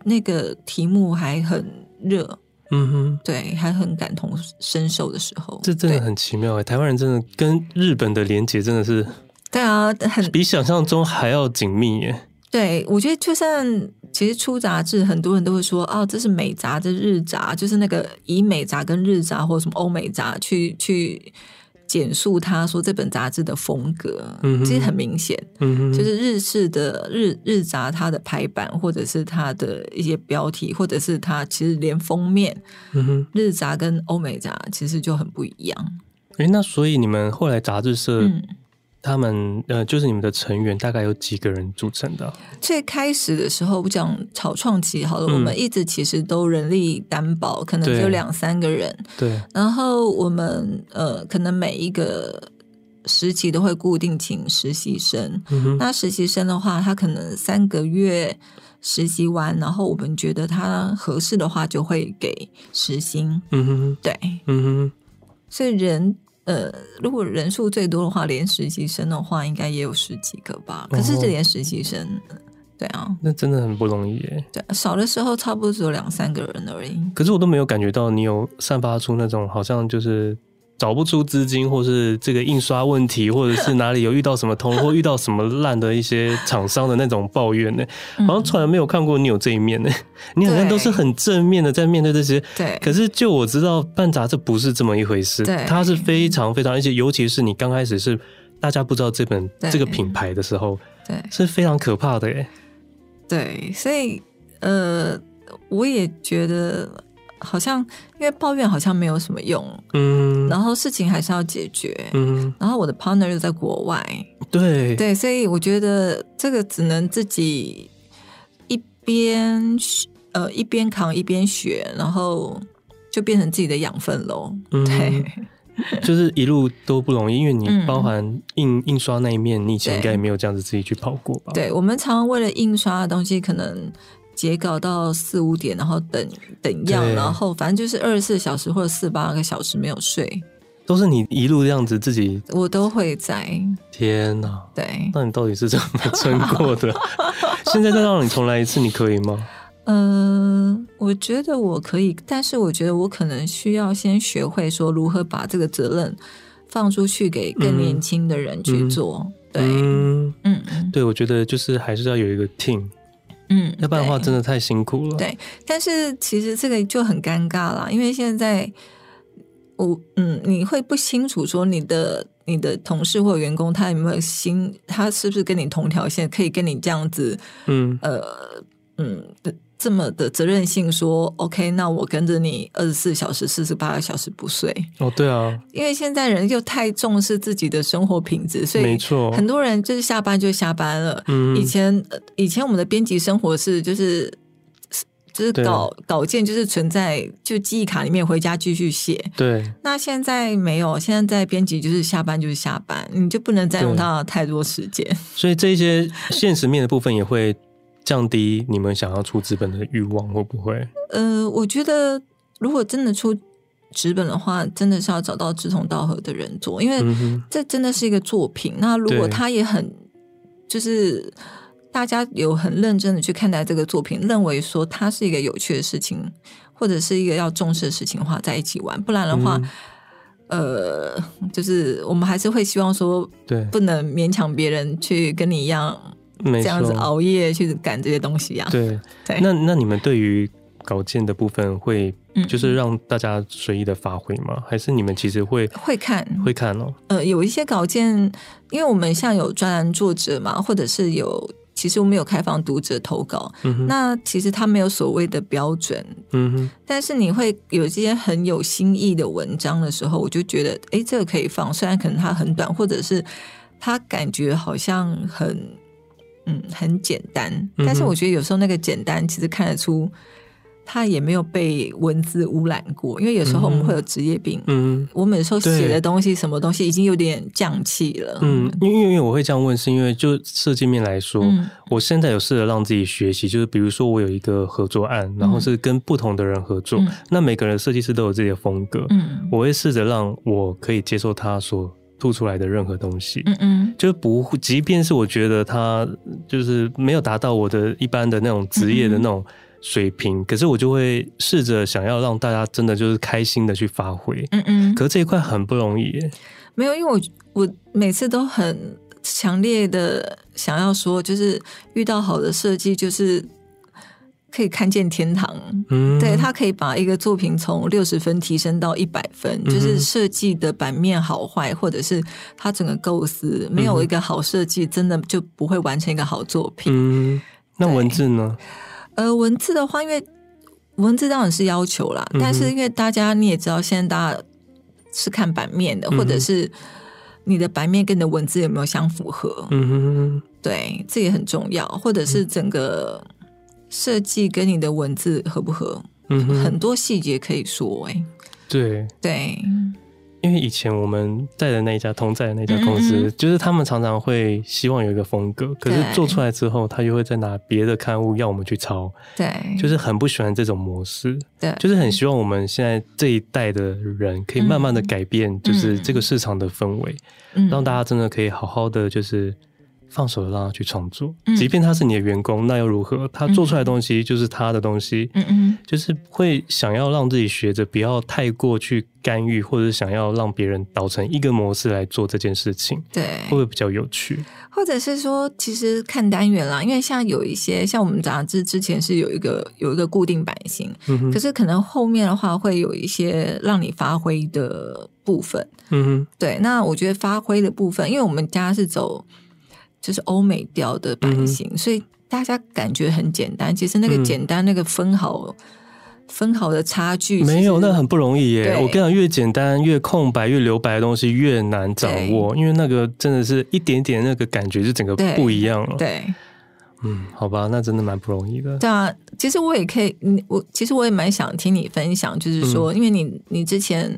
S3: 那个题目还很热，
S1: 哼嗯哼。
S3: 对，还很感同身受的时候，
S1: 这真的
S3: 对
S1: 很奇妙哎，台湾人真的跟日本的连接真的是
S3: 对啊，很
S1: 比想象中还要紧密耶。
S3: 对，我觉得就算其实出杂志，很多人都会说，哦，这是美杂，这是日杂，就是那个以美杂跟日杂或者什么欧美杂去去简述他说这本杂志的风格，
S1: 嗯哼
S3: 其实很明显，
S1: 嗯哼，
S3: 就是日式的日日杂它的排版，或者是它的一些标题，或者是它其实连封面，
S1: 嗯哼，
S3: 日杂跟欧美杂其实就很不一样。
S1: 哎，那所以你们后来杂志社，
S3: 嗯，
S1: 他们呃，就是你们的成员大概有几个人组成的啊、
S3: 最开始的时候，我讲草创期好了，
S1: 嗯
S3: 我们一直其实都人力担保，可能只有
S1: 对
S3: 两三个人。
S1: 对，
S3: 然后我们呃，可能每一个时期都会固定请实习生。
S1: 嗯哼，
S3: 那实习生的话，他可能三个月实习完，然后我们觉得他合适的话，就会给实薪。
S1: 嗯哼，
S3: 对，
S1: 嗯哼，
S3: 所以人呃，如果人数最多的话，连实习生的话，应该也有十几个吧。可是
S1: 哦
S3: 这连实习生，对啊，
S1: 那真的很不容易耶。
S3: 对啊，少的时候差不多只有两三个人而已。
S1: 可是我都没有感觉到你有散发出那种好像就是找不出资金，或是这个印刷问题，或者是哪里有遇到什么通路，或遇到什么烂的一些厂商的那种抱怨呢？好像从来没有看过你有这一面呢。你好像都是很正面的在面对这些，
S3: 对
S1: 可是就我知道，办杂志不是这么一回事
S3: 对，
S1: 它是非常非常，而且尤其是你刚开始是大家不知道这本
S3: 对
S1: 这个品牌的时候，
S3: 对
S1: 是非常可怕的耶。
S3: 对，所以呃，我也觉得好像因为抱怨好像没有什么用，
S1: 嗯
S3: 然后事情还是要解决。
S1: 嗯，
S3: 然后我的 partner 又在国外，
S1: 对
S3: 对，所以我觉得这个只能自己一边学呃一边扛一边学，然后就变成自己的养分喽。
S1: 嗯
S3: 对，
S1: 就是一路都不容易，因为你
S3: 嗯
S1: 包含印印刷那一面，你以前
S3: 对
S1: 应该也没有这样子自己去跑过吧？，
S3: 对我们常常为了印刷的东西，可能截稿到四五点，然后等等样，
S1: 对
S3: 然后反正就是二十四小时或者四八个小时没有睡，
S1: 都是你一路这样子自己，
S3: 我都会在。
S1: 天哪！
S3: 对，
S1: 那你到底是怎么撑过 的？现在再让你重来一次，你可以吗？
S3: 嗯、我觉得我可以，但是我觉得我可能需要先学会说如何把这个责任放出去给
S1: 嗯
S3: 更年轻的人去
S1: 嗯
S3: 做。
S1: 嗯，
S3: 对，嗯嗯
S1: 对，我觉得就是还是要有一个 team，
S3: 嗯，
S1: 要不然的话
S3: 对
S1: 真的太辛苦了。
S3: 对但是其实这个就很尴尬啦，因为现在我嗯，你会不清楚说你的你的同事或员工他有没有心，他是不是跟你同条线，可以跟你这样子
S1: 嗯，
S3: 呃嗯这么的责任性说 OK，那我跟着你二十四小时、四十八个小时不睡，
S1: 哦，对啊，
S3: 因为现在人又太重视自己的生活品质，所
S1: 没
S3: 以
S1: 错，
S3: 很多人就是下班就下班了，
S1: 嗯
S3: 以前呃以前我们的编辑生活是就是就是
S1: 对
S3: 稿稿件就是存在就记忆卡里面，回家继续写。
S1: 对
S3: 那现在没有，现在编辑就是下班就是下班，你就不能占用
S1: 对
S3: 到太多时间。
S1: 所以这些现实面的部分也会降低你们想要出资本的欲望，会不会？
S3: 呃，我觉得如果真的出纸本的话，真的是要找到志同道合的人做，因为
S1: 嗯哼
S3: 这真的是一个作品。那如
S1: 对
S3: 果他也很就是。大家有很认真的去看待这个作品，认为说它是一个有趣的事情，或者是一个要重视的事情的话，在一起玩。不然的
S1: 嗯
S3: 话，呃，就是我们还是会希望说，
S1: 对，
S3: 不能勉强别人去跟你一样
S1: 没错
S3: 这样子熬夜去赶这些东西啊。
S1: 对，
S3: 对
S1: 那那你们对于稿件的部分会
S3: 嗯
S1: 就是让大家随意的发挥吗？还是你们其实会
S3: 会看，
S1: 会看哦？
S3: 呃，有一些稿件，因为我们像有专栏作者嘛，或者是有，其实我们有开放读者投稿，
S1: 嗯哼，
S3: 那其实它没有所谓的标准，
S1: 嗯哼，
S3: 但是你会有一些很有新意的文章的时候，我就觉得，诶，这个可以放，虽然可能它很短，或者是它感觉好像很，嗯，很简单，但是
S1: 嗯哼
S3: 我觉得有时候那个简单其实看得出。它也没有被文字污染过，因为有时候我们会有职业病，
S1: 嗯
S3: 我们有时候写
S1: 对
S3: 的东西，什么东西已经有点降气了。
S1: 嗯，因为因为我会这样问，是因为就设计面来说，
S3: 嗯
S1: 我现在有试着让自己学习，就是比如说我有一个合作案，然后是跟不同的人合作，
S3: 嗯
S1: 那每个人设计师都有自己的风格，
S3: 嗯
S1: 我会试着让我可以接受他所吐出来的任何东西，
S3: 嗯嗯
S1: 就不会，即便是我觉得他就是没有达到我的一般的那种职业的那种水
S3: 嗯
S1: 平，可是我就会试着想要让大家真的就是开心的去发挥。
S3: 嗯嗯，
S1: 可这一块很不容易耶，
S3: 没有，因为我我每次都很强烈的想要说，就是遇到好的设计，就是可以看见天堂。
S1: 嗯，
S3: 对，它可以把一个作品从六十分提升到一百分，就是
S1: 嗯
S3: 设计的版面好坏，或者是它整个构思，没有一个好设计，真的就不会完成一个好作品。
S1: 嗯，那文字呢？
S3: 呃，文字的话，因为文字当然是要求啦，
S1: 嗯哼
S3: 但是因为大家你也知道，现在大家是看版面的，或者
S1: 嗯哼
S3: 是你的版面跟你的文字有没有相符合，
S1: 嗯
S3: 对，这也很重要，或者是整个设计跟你的文字合不合，
S1: 哼，嗯哼，
S3: 很多细节可以说、欸，哎，
S1: 对，
S3: 对，
S1: 因为以前我们在的那一家同在的那家公司，
S3: 嗯嗯
S1: 就是他们常常会希望有一个风格，可是
S3: 对
S1: 做出来之后，他又会再拿别的刊物要我们去抄，
S3: 对，
S1: 就是很不喜欢这种模式。
S3: 对，
S1: 就是很希望我们现在这一代的人可以慢慢的改变，就是这个市场的氛围，
S3: 嗯
S1: 让大家真的可以好好的，就是放手让他去创作
S3: 嗯，
S1: 即便他是你的员工，那又如何？他做出来的东西就是他的东西，
S3: 嗯嗯
S1: 就是会想要让自己学着不要太过去干预，或者想要让别人导成一个模式来做这件事情，
S3: 对
S1: 会不，会比较有趣？
S3: 或者是说，其实看单元啦，因为像有一些像我们杂志之前是有一个有一个固定版型，
S1: 嗯
S3: 可
S1: 哼，
S3: 是可能后面的话会有一些让你发挥的部分。
S1: 嗯
S3: 对，那我觉得发挥的部分，因为我们家是走就是欧美调的版型，所以大家感觉很简单。其实那个
S1: 嗯
S3: 简单，那个分毫、分毫的差距
S1: 哼，
S3: 其实
S1: 没有，那很不容易耶。
S3: 对
S1: 我跟你讲，越简单、越空白、越留白的东西越难掌握，因为那个真的是一点点那个感觉就整个
S3: 对
S1: 不一样了。
S3: 对。
S1: 嗯，好吧，那真的蛮不容易的。
S3: 对啊，其实我也可以，嗯我其实我也蛮想听你分享，就是说，
S1: 嗯
S3: 因为你你之前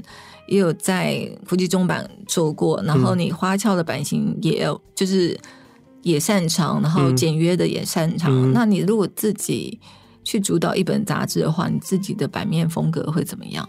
S3: 也有在国际中版做过，然
S1: 嗯
S3: 后你花俏的版型也有，就是也擅长，然后
S1: 嗯
S3: 简约的也擅长。
S1: 嗯
S3: 那你如果自己去主导一本杂志的话，你自己的版面风格会怎么样？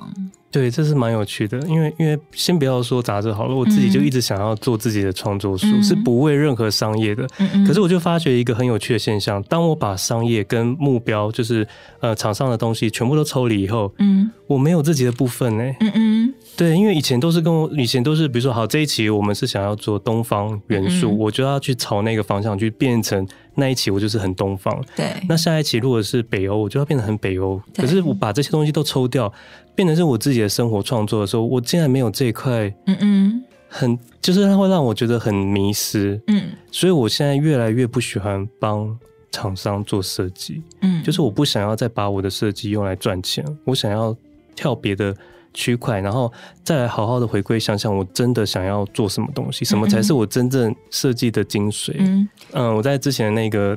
S1: 对，这是蛮有趣的，因为因为先不要说杂志好了，我自己就
S3: 嗯
S1: 一直想要做自己的创作书，
S3: 嗯
S1: 是不为任何商业的。
S3: 嗯嗯
S1: 可是我就发觉一个很有趣的现象，当我把商业跟目标，就是呃厂商的东西全部都抽离以后，
S3: 嗯
S1: 我没有自己的部分呢、
S3: 嗯嗯
S1: 对，因为以前都是跟我以前都是，比如说好这一期我们是想要做东方元素，
S3: 嗯嗯
S1: 我就要去朝那个方向去变成那一期我就是很东方。
S3: 对，
S1: 那下一期如果是北欧，我就要变得很北欧。
S3: 对
S1: 可是我把这些东西都抽掉，变成是我自己的生活创作的时候，我竟然没有这一块
S3: 嗯嗯
S1: 很，就是它会让我觉得很迷失。
S3: 嗯
S1: 所以我现在越来越不喜欢帮厂商做设计，
S3: 嗯，
S1: 就是我不想要再把我的设计用来赚钱，我想要跳别的区块，然后再来好好的回归，想想我真的想要做什么东西，什么才是我真正设计的精髓。嗯
S3: 嗯
S1: 我在之前的那个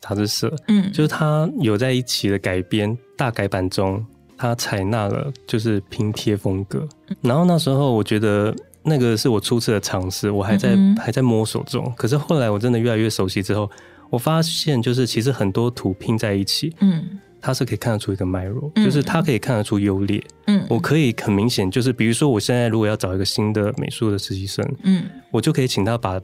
S1: 杂志社，
S3: 嗯
S1: 就是它有在一起的改编大改版中，它采纳了就是拼贴风格。
S3: 嗯
S1: 然后那时候我觉得那个是我初次的尝试，我还在、
S3: 嗯哼
S1: 还在摸索中。可是后来我真的越来越熟悉之后，我发现就是其实很多图拼在一起，
S3: 嗯
S1: 它是可以看得出一个脉络，
S3: 嗯
S1: 就是它可以看得出优劣。
S3: 嗯
S1: 我可以很明显就是，比如说我现在如果要找一个新的美术的实习生，
S3: 嗯
S1: 我就可以请他把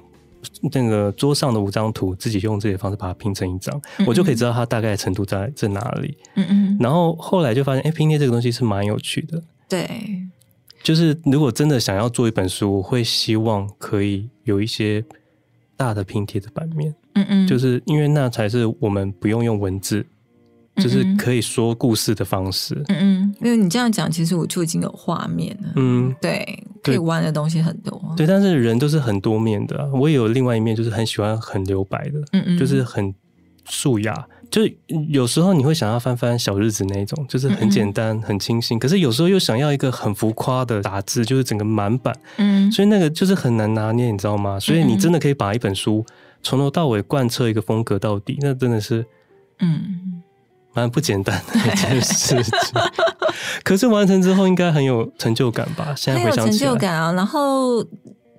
S1: 那个桌上的五张图，自己用自己的方式把它拼成一张，我就可以知道它大概的程度在在哪里。
S3: 嗯嗯，
S1: 然后后来就发现，哎，拼贴这个东西是蛮有趣的。
S3: 对，
S1: 就是如果真的想要做一本书，我会希望可以有一些大的拼贴的版面，
S3: 嗯嗯，
S1: 就是因为那才是我们不用用文字，就是
S3: 嗯嗯
S1: 可以说故事的方式。
S3: 嗯嗯，因为你这样讲，其实我就已经有画面了。
S1: 嗯，
S3: 对，可
S1: 对
S3: 以玩的东西很多。
S1: 对。但是人都是很多面的啊、我也有另外一面，就是很喜欢很留白的。
S3: 嗯嗯，
S1: 就是很素雅。就是有时候你会想要翻翻《小日子》那一种，就是
S3: 嗯
S1: 很
S3: 嗯
S1: 简单、很清新。可是有时候又想要一个很浮夸的打字，就是整个满版，
S3: 嗯，
S1: 所以那个就是很难拿捏，你知道吗？所以你真的可以把一本书从头到尾贯彻一个风格到底，那真的是
S3: 嗯，
S1: 蛮不简单的一件事 情。可是完成之后应该很有成就感吧？现
S3: 嗯很
S1: 在回
S3: 有
S1: 想
S3: 成
S1: 起来
S3: 就，感啊。然后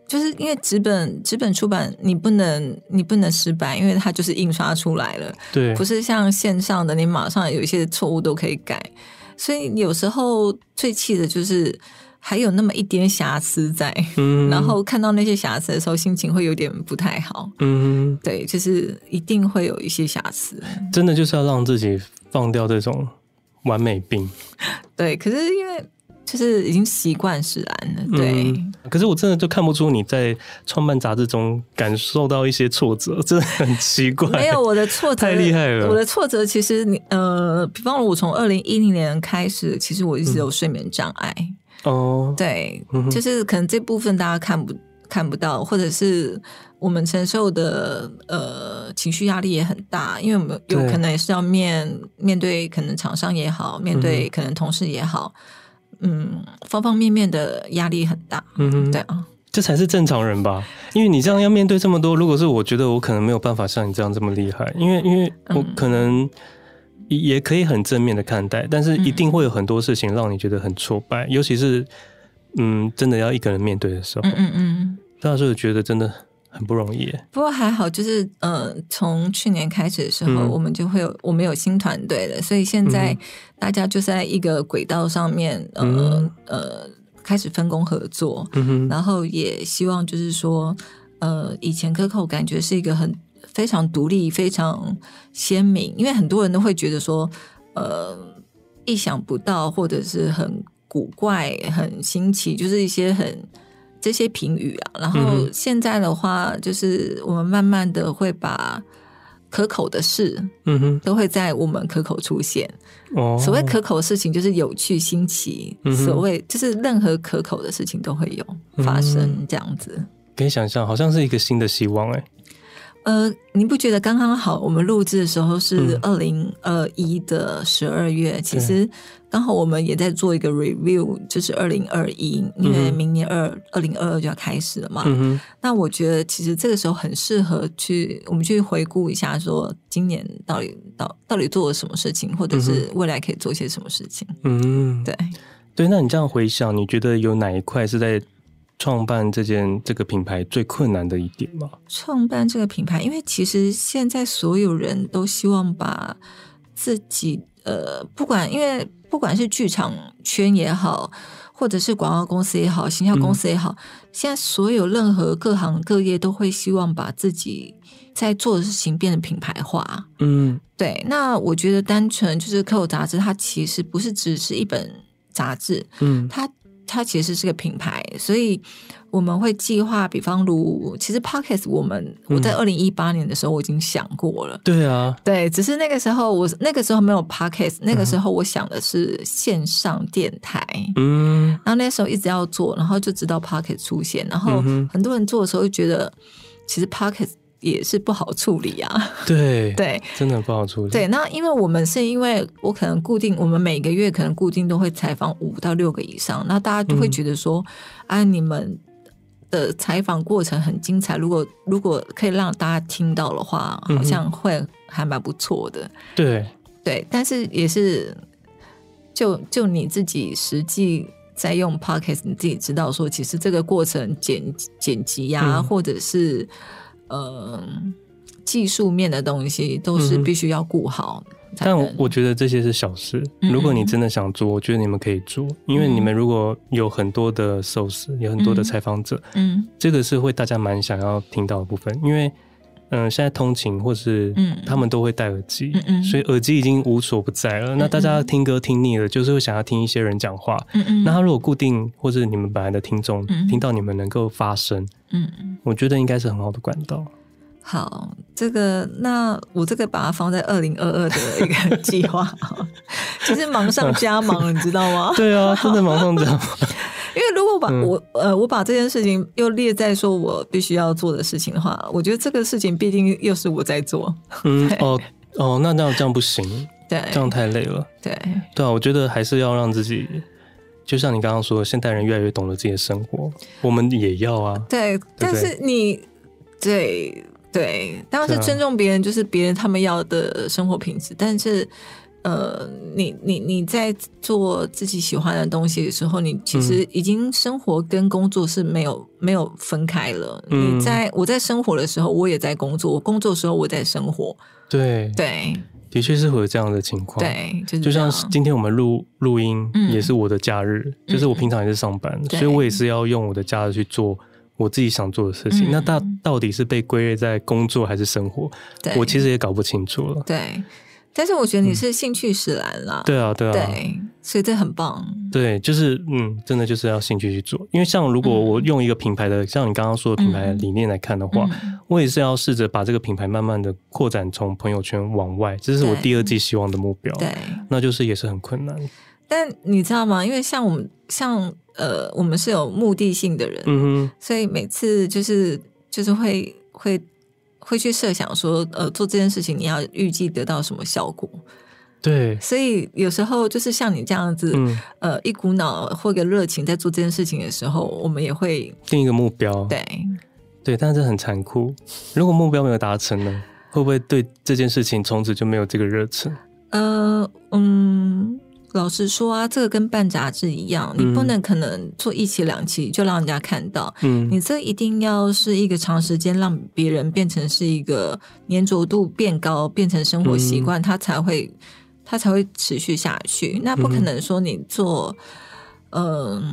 S3: 就是因为纸本纸本出版，你不能你不能失败，因为它就是印刷出来了，
S1: 对，
S3: 不是像线上的，你马上有一些错误都可以改。所以有时候最气的就是还有那么一点瑕疵在，
S1: 嗯
S3: 然后看到那些瑕疵的时候，心情会有点不太好。
S1: 嗯。
S3: 对，就是一定会有一些瑕疵。
S1: 真的就是要让自己放掉这种完美病。
S3: 对，可是因为就是已经习惯使然了，对，
S1: 嗯可是我真的就看不出你在创办杂志中感受到一些挫折，真的很奇怪。
S3: 没有，我的挫折
S1: 太厉害了
S3: 我的挫折其实你呃，比方说我从二零一零年开始，其实我一
S1: 嗯
S3: 直有睡眠障碍，
S1: 哦，
S3: 对，
S1: 嗯哼
S3: 就是可能这部分大家看不看不到，或者是我们承受的呃情绪压力也很大，因为我们有
S1: 对
S3: 可能也是要面面对可能厂商也好，面
S1: 嗯
S3: 对可能同事也好，嗯，方方面面的压力很大，
S1: 嗯哼
S3: 对，啊，
S1: 这才是正常人吧？因为你这样要面对这么多，如果是我觉得我可能没有办法像你这样这么厉害，因为因为我
S3: 嗯
S1: 可能也。也可以很正面的看待，但是一
S3: 嗯
S1: 定会有很多事情让你觉得很挫败，尤其是嗯，真的要一个人面对的时候，
S3: 嗯嗯嗯。
S1: 那时候觉得真的很不容易耶。
S3: 不过还好，就是呃，从去年开始的时候，
S1: 嗯
S3: 我们就会有我们有新团队了，所以现在大家就在一个轨道上面，呃、
S1: 嗯
S3: 呃，开始分工合作，
S1: 嗯哼，
S3: 然后也希望就是说，呃，以前可口感觉是一个很非常独立、非常鲜明，因为很多人都会觉得说，呃，意想不到或者是很古怪、很新奇，就是一些很这些评语啊。然
S1: 嗯
S3: 后
S1: 哼
S3: 现在的话，就是我们慢慢的会把可口的事
S1: 嗯哼，
S3: 都会在我们可口出现。
S1: 哦，
S3: 所谓可口的事情，就是有趣、新奇，
S1: 嗯哼
S3: 所谓就是任何可口的事情都会有发生
S1: 嗯
S3: 这样子。
S1: 可以想象，好像是一个新的希望哎、
S3: 呃，您不觉得刚刚好？我们录制的时候是
S1: 嗯
S3: 二零二一的十二月，其实刚好我们也在做一个 review，就是二零二一，因为
S1: 嗯哼
S3: 明年二二零二二就要开始了嘛。
S1: 嗯哼，
S3: 那我觉得其实这个时候很适合去，我们去回顾一下，说今年到底到到底做了什么事情，或者是未来可以做些什么事情。
S1: 嗯，
S3: 对，
S1: 对。那你这样回想，你觉得有哪一块是在创办这件这个品牌最困难的一点吗？
S3: 创办这个品牌，因为其实现在所有人都希望把自己呃，不管因为不管是剧场圈也好，或者是广告公司也好，行销公司也好，现在所有任何各行各业都会希望把自己在做的事情变得品牌化。
S1: 嗯
S3: 对，那我觉得单纯就是《客户杂志》，它其实不是只是一本杂志，
S1: 嗯
S3: 它它其实是个品牌，所以我们会计划，比方如，其实 Pockets 我们我
S1: 嗯
S3: 在二零一八年的时候我已经想过了。
S1: 对啊，
S3: 对，只是那个时候我那个时候没有 podcast，那个时候我想的是线上电台，
S1: 嗯
S3: 然后那时候一直要做，然后就知道 podcast 出现，然后
S1: 嗯哼
S3: 很多人做的时候就觉得其实 podcast 也是不好处理啊，
S1: 对，
S3: 对，
S1: 真的很不好处理。
S3: 对，那因为我们是因为我可能固定，我们每个月可能固定都会采访五到六个以上，那大
S1: 嗯
S3: 家就会觉得说，啊，你们的采访过程很精彩，如果如果可以让大家听到的话，
S1: 嗯哼
S3: 好像会还蛮不错的。
S1: 对，
S3: 对，但是也是就就你自己实际在用 podcast，你自己知道说，其实这个过程剪剪辑呀、
S1: 嗯
S3: 或者是呃技术面的东西，都是
S1: 嗯哼
S3: 必须要顾好才
S1: 但
S3: 能。
S1: 我我觉得这些是小事。
S3: 嗯
S1: 如果你真的想做，我觉得你们可以做，因为
S3: 嗯
S1: 你们如果有很多的 source，有很多的采访者，
S3: 嗯
S1: 这个是会大家蛮想要听到的部分。因为，嗯、现在通勤或是
S3: 嗯
S1: 他们都会戴耳机，
S3: 嗯嗯
S1: 所以耳机已经无所不在了。那大家听歌听腻了，就是会想要听一些人讲话。
S3: 嗯嗯，
S1: 那他如果固定或是你们本来的听众、
S3: 嗯
S1: 听到你们能够发声，
S3: 嗯嗯
S1: 我觉得应该是很好的管 道。
S3: 好，这个那我这个把它放在二零二二的一个 计划好了，其实忙上加忙，你知道吗？
S1: 对啊，真的马上讲。
S3: 因为如果把、
S1: 嗯
S3: 我呃我把这件事情又列在说我必须要做的事情的话，我觉得这个事情必定又是我在做。
S1: 嗯，哦哦，那这样这样不行，
S3: 对
S1: 这样太累了。
S3: 对，
S1: 对啊，我觉得还是要让自己，就像你刚刚说，现代人越来越懂得自己的生活，我们也要啊。
S3: 对，但是你对对，当然
S1: 对
S3: 是
S1: 啊
S3: 尊重别人，就是别人他们要的生活品质。但是，呃，你你你在做自己喜欢的东西的时候，你其
S1: 嗯
S3: 实已经生活跟工作是没有没有分开了。
S1: 嗯
S3: 你在我在生活的时候，我也在工作；我工作的时候，我在生活。
S1: 对，
S3: 对
S1: 的确是会有这样的情况。，
S3: 对，就是
S1: 就
S3: 这
S1: 像
S3: 样
S1: 今天我们录录音，
S3: 嗯
S1: 也是我的假日，就是我平常也是上班，
S3: 对
S1: 所以我也是要用我的假日去做。我自己想做的事情，
S3: 嗯
S1: 那到到底是被归类在工作还是生活？
S3: 对
S1: 我其实也搞不清楚了。
S3: 对，但是我觉得你是兴趣使然啦。
S1: 对啊，对啊，
S3: 对，所以这很棒。
S1: 对，就是嗯，真的就是要兴趣去做。因为像如果
S3: 嗯
S1: 我用一个品牌的，像你刚刚说的品牌的理念来看的话，
S3: 嗯
S1: 我也是要试着把这个品牌慢慢的扩展从朋友圈往外，这是我
S3: 对
S1: 第二季希望的目标。
S3: 对，
S1: 那就是也是很困难。
S3: 但你知道吗？因为像我们，像呃，我们是有目的性的人，
S1: 嗯
S3: 所以每次就是就是会会会去设想说，呃，做这件事情你要预计得到什么效果。
S1: 哼，对，
S3: 所以有时候就是像你这样子，
S1: 嗯，
S3: 呃，一股脑或一个热情在做这件事情的时候，我们也会
S1: 定一个目标，
S3: 对
S1: 对，但是很残酷。如果目标没有达成呢，会不会对这件事情从此就没有这个热忱？
S3: 呃，嗯，老实说啊，这个跟办杂志一样，你不
S1: 嗯
S3: 能可能做一期两期就让人家看到，
S1: 嗯
S3: 你这一定要是一个长时间让别人变成是一个粘着度变高，变成生活
S1: 嗯
S3: 习惯，它才会它才会持续下去。那不可能说你做，嗯、呃